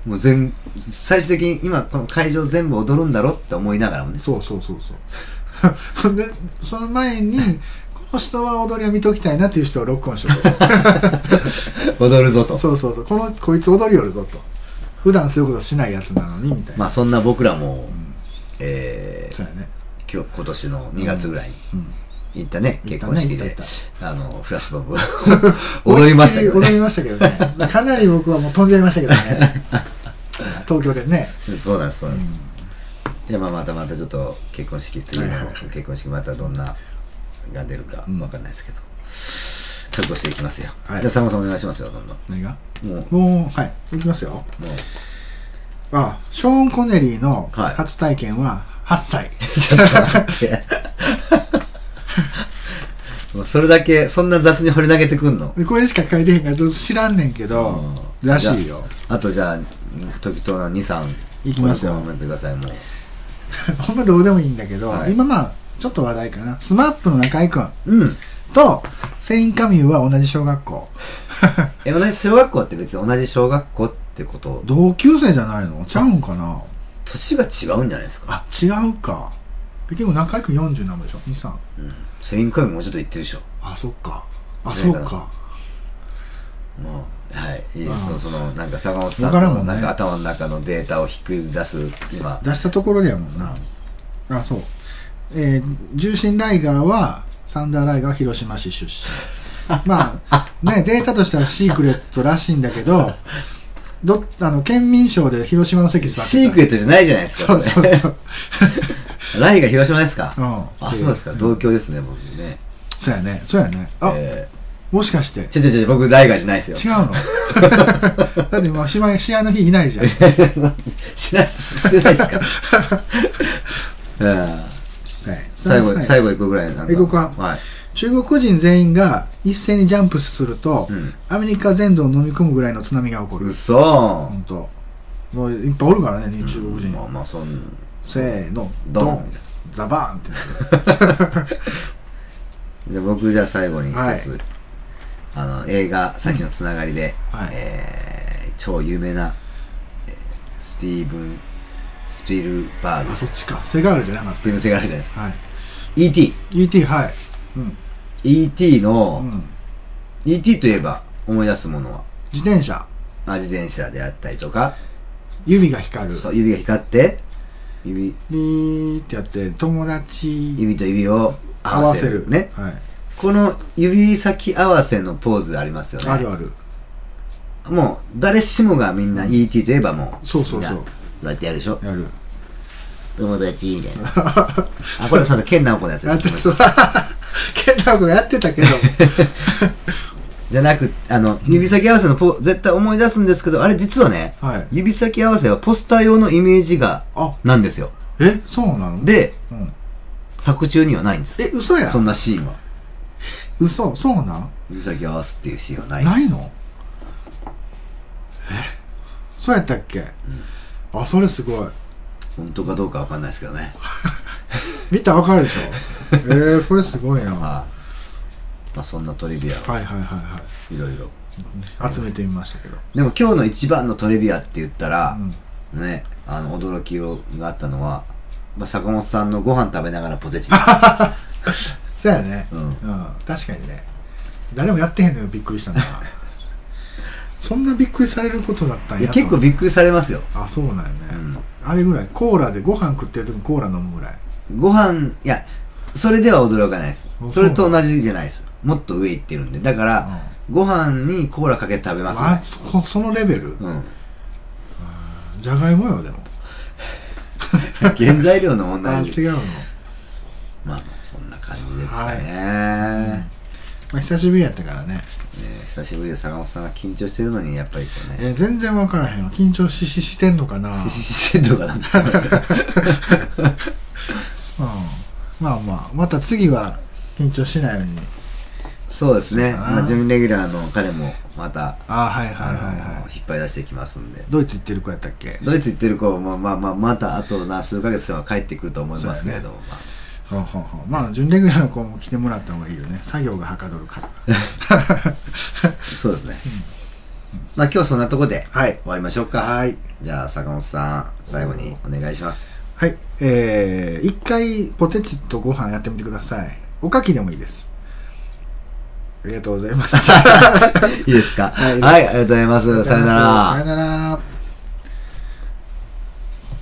Speaker 1: もう全、最終的に今この会場全部踊るんだろって思いながらも
Speaker 2: う
Speaker 1: ね
Speaker 2: ん。そうそうそうそうほんでその前にこ星とは踊りは見ときたいなっていう人はロックオンしとこ
Speaker 1: 踊るぞと
Speaker 2: うそうそうそうこのこいつ踊りよるぞと普段そういうことしないやつなのにみたいな、
Speaker 1: まあそんな僕らも、えー
Speaker 2: そうやね
Speaker 1: 今日今年の2月ぐらいに
Speaker 2: うん
Speaker 1: 行ったね、結婚式で
Speaker 2: 行ったね
Speaker 1: あのフラッシュバブ 踊りましたけど
Speaker 2: 思いっ
Speaker 1: ね
Speaker 2: きり踊りましたけど ねかなり僕はもう飛んじゃいましたけどね東京でね
Speaker 1: そうなんですそうなんです、でまあまたまたちょっと結婚式次の
Speaker 2: はいはいはい
Speaker 1: 結婚式またどんなが出るか
Speaker 2: うん
Speaker 1: わかんないですけど、覚悟していきますよ、
Speaker 2: はい
Speaker 1: じゃあ坂本さんお願いしますよどんどん
Speaker 2: 何が
Speaker 1: もう も
Speaker 2: もうはい行きますよ
Speaker 1: う
Speaker 2: あショーン・コネリーの
Speaker 1: はい
Speaker 2: 初体験は8歳、
Speaker 1: ちょっと待って。もうそれだけ、そんな雑に掘り投げてくんの
Speaker 2: でこれしか書いてへんからちょっと知らんねんけど、
Speaker 1: うん
Speaker 2: らしいよ
Speaker 1: あとじゃあ、時とな2、3。
Speaker 2: いきますよ
Speaker 1: ごめんなさい、もう。
Speaker 2: ほんまどうでもいいんだけど、
Speaker 1: はい
Speaker 2: 今まあちょっと話題かなスマップの中居君
Speaker 1: うん。
Speaker 2: とセイン・カミューは同じ小学校
Speaker 1: え、同じ小学校って別に同じ小学校ってこと、
Speaker 2: 同級生じゃないのちゃうんかな
Speaker 1: 年が違うんじゃないですか。
Speaker 2: あ違うかで結構中居君40何ぼでしょ23
Speaker 1: セインカミもうちょっと行ってるでしょ。
Speaker 2: あそっかあ
Speaker 1: そ
Speaker 2: そうう
Speaker 1: だ
Speaker 2: か
Speaker 1: もう。はい。いいです
Speaker 2: あ
Speaker 1: そ
Speaker 2: あ
Speaker 1: その、なんか坂本さん
Speaker 2: わからんも
Speaker 1: の、
Speaker 2: んね
Speaker 1: なんか頭の中のデータを引き出す、今。
Speaker 2: 出したところでやもんなあそうえー重心ライガーはサンダーライガーは広島市出 身まあねデータとしてはシークレットらしいんだけどどあの県民賞で広島の席座ってた
Speaker 1: シークレットじゃないじゃないです
Speaker 2: そ
Speaker 1: か。
Speaker 2: うそ
Speaker 1: れ
Speaker 2: うそう、
Speaker 1: ライが広島ですか
Speaker 2: うん、
Speaker 1: あ、そうですか。同郷ですね、僕ね。
Speaker 2: そうやねそうやねあ、
Speaker 1: え
Speaker 2: もしかして
Speaker 1: ー、ちょちょちょ、僕、ライガーじゃないです
Speaker 2: 違
Speaker 1: よ。
Speaker 2: うの だって今試合試合の日いないじゃん
Speaker 1: しない、してないですか。 うん最後、最後行くぐらいなんか
Speaker 2: え行こうか
Speaker 1: はい。
Speaker 2: 中国人全員が一斉にジャンプすると、
Speaker 1: うん
Speaker 2: アメリカ全土を飲み込むぐらいの津波が起こる、
Speaker 1: 嘘そ
Speaker 2: 本当もういっぱいおるからね中国人、
Speaker 1: まあまあ、そん
Speaker 2: せーの
Speaker 1: ド
Speaker 2: ド
Speaker 1: ン
Speaker 2: ンザバーンってなる
Speaker 1: じゃあ僕、じゃあ最後に一
Speaker 2: はい
Speaker 1: つ、あの、映画、さっきのつながりで、
Speaker 2: はい
Speaker 1: えー超有名な、えースティーブン・スピルバーグ、
Speaker 2: あ
Speaker 1: ス
Speaker 2: そっちかセガールじゃなかっ
Speaker 1: ティーブン・セガールじゃないですか。
Speaker 2: たはい
Speaker 1: E.T.。
Speaker 2: ET はいうん、
Speaker 1: E.T.
Speaker 2: う
Speaker 1: の、
Speaker 2: ん、
Speaker 1: E.T. といえば思い出すものは、
Speaker 2: 自転車
Speaker 1: まあ自転車であったりとか、
Speaker 2: 指が光る
Speaker 1: そう指が光って指
Speaker 2: ビーってやって友達
Speaker 1: 指と指を
Speaker 2: 合
Speaker 1: 合
Speaker 2: わ
Speaker 1: わ
Speaker 2: せ
Speaker 1: せ
Speaker 2: る
Speaker 1: るね
Speaker 2: はい、
Speaker 1: この指先合わせのポーズありますよね
Speaker 2: あるある
Speaker 1: もう誰しもがみんな ET といえばもう
Speaker 2: そうそうそう
Speaker 1: みんなこうやってやるでしょ
Speaker 2: やる
Speaker 1: 友達みたいな あこれそうだケンナオコのやつ
Speaker 2: や
Speaker 1: で
Speaker 2: って
Speaker 1: す
Speaker 2: そうケンタ君やってたけど
Speaker 1: じゃなくあの指先合わせのポーズ絶対思い出すんですけどあれ実 はね、
Speaker 2: はい
Speaker 1: 指先合わせはポスター用のイメージが
Speaker 2: あ
Speaker 1: なんですよ
Speaker 2: えそうなの、
Speaker 1: で
Speaker 2: うん、
Speaker 1: 作中にはないんです
Speaker 2: え嘘や
Speaker 1: そんなシーンは
Speaker 2: 嘘そうなん
Speaker 1: 指先合わすっていうシーンはない
Speaker 2: ないのえそうやったっけ、あそれすごい
Speaker 1: 本当かどうかわかんないですけどね
Speaker 2: 見たらわかる でしょえー、それすごいなは
Speaker 1: まあ、まあ、そんなトリビア
Speaker 2: いはいはいはい
Speaker 1: ろいろ
Speaker 2: い集めてみましたけど
Speaker 1: でも今日の一番のトリビアって言ったら
Speaker 2: う、ん
Speaker 1: ねあの驚きをがあったのは、まあ、坂本さんのご飯食べながらポテチ
Speaker 2: そうやね
Speaker 1: う
Speaker 2: うんん、確かにね誰もやってへんのよびっくりしたな そんなびっくりされることだったん
Speaker 1: い
Speaker 2: や
Speaker 1: や
Speaker 2: と
Speaker 1: 結構びっくりされますよ、
Speaker 2: あそうなんやね、
Speaker 1: うん
Speaker 2: あれぐらいコーラでご飯食ってる時にコーラ飲むぐらい
Speaker 1: ご飯いやそれでは驚かないです
Speaker 2: あ
Speaker 1: それと同じじゃないですもっと上行ってるんでだから、ご飯にコーラかけて食べます
Speaker 2: あ
Speaker 1: ね
Speaker 2: そそのレベル
Speaker 1: うん
Speaker 2: じゃがいもよでも
Speaker 1: 原材料の問
Speaker 2: あ
Speaker 1: 題で
Speaker 2: 違うの
Speaker 1: まあまあそんな感じですかね、
Speaker 2: まあ、久しぶりやったからね、
Speaker 1: ね久しぶりで坂本さんが緊張してるのにやっぱりこうね
Speaker 2: えー全然分からへんわ緊張しししてんのかな、うん、
Speaker 1: シシシシとかなんて言ってました
Speaker 2: まあまあまた次は緊張しないように
Speaker 1: そうですね。ま
Speaker 2: あ
Speaker 1: あ、
Speaker 2: ー
Speaker 1: 準レギュラーの彼もまた、
Speaker 2: ああはいはいはい
Speaker 1: あ
Speaker 2: は
Speaker 1: の引っ張り出してきますんで
Speaker 2: い。ドイツ行ってる子やったっけ
Speaker 1: ドイツ行ってる子も、まあまあまあ、またあとな、数ヶ月は帰ってくると思いますけれども、まあ
Speaker 2: ほうほうほうまあ準レギュラーの子も来てもらった方がいいよね作業がはかどるから
Speaker 1: そうですね。まあ今日はそんなとこで
Speaker 2: はい
Speaker 1: 終わりましょうか。
Speaker 2: はい
Speaker 1: じゃあ、坂本さん、最後にお願いします。
Speaker 2: はいえー、一回ポテチとご飯やってみてくださいおかきでもいいですりがとうございます。
Speaker 1: いいですか
Speaker 2: はい
Speaker 1: はい、ありがとうございます。さよなら
Speaker 2: さよ。なら。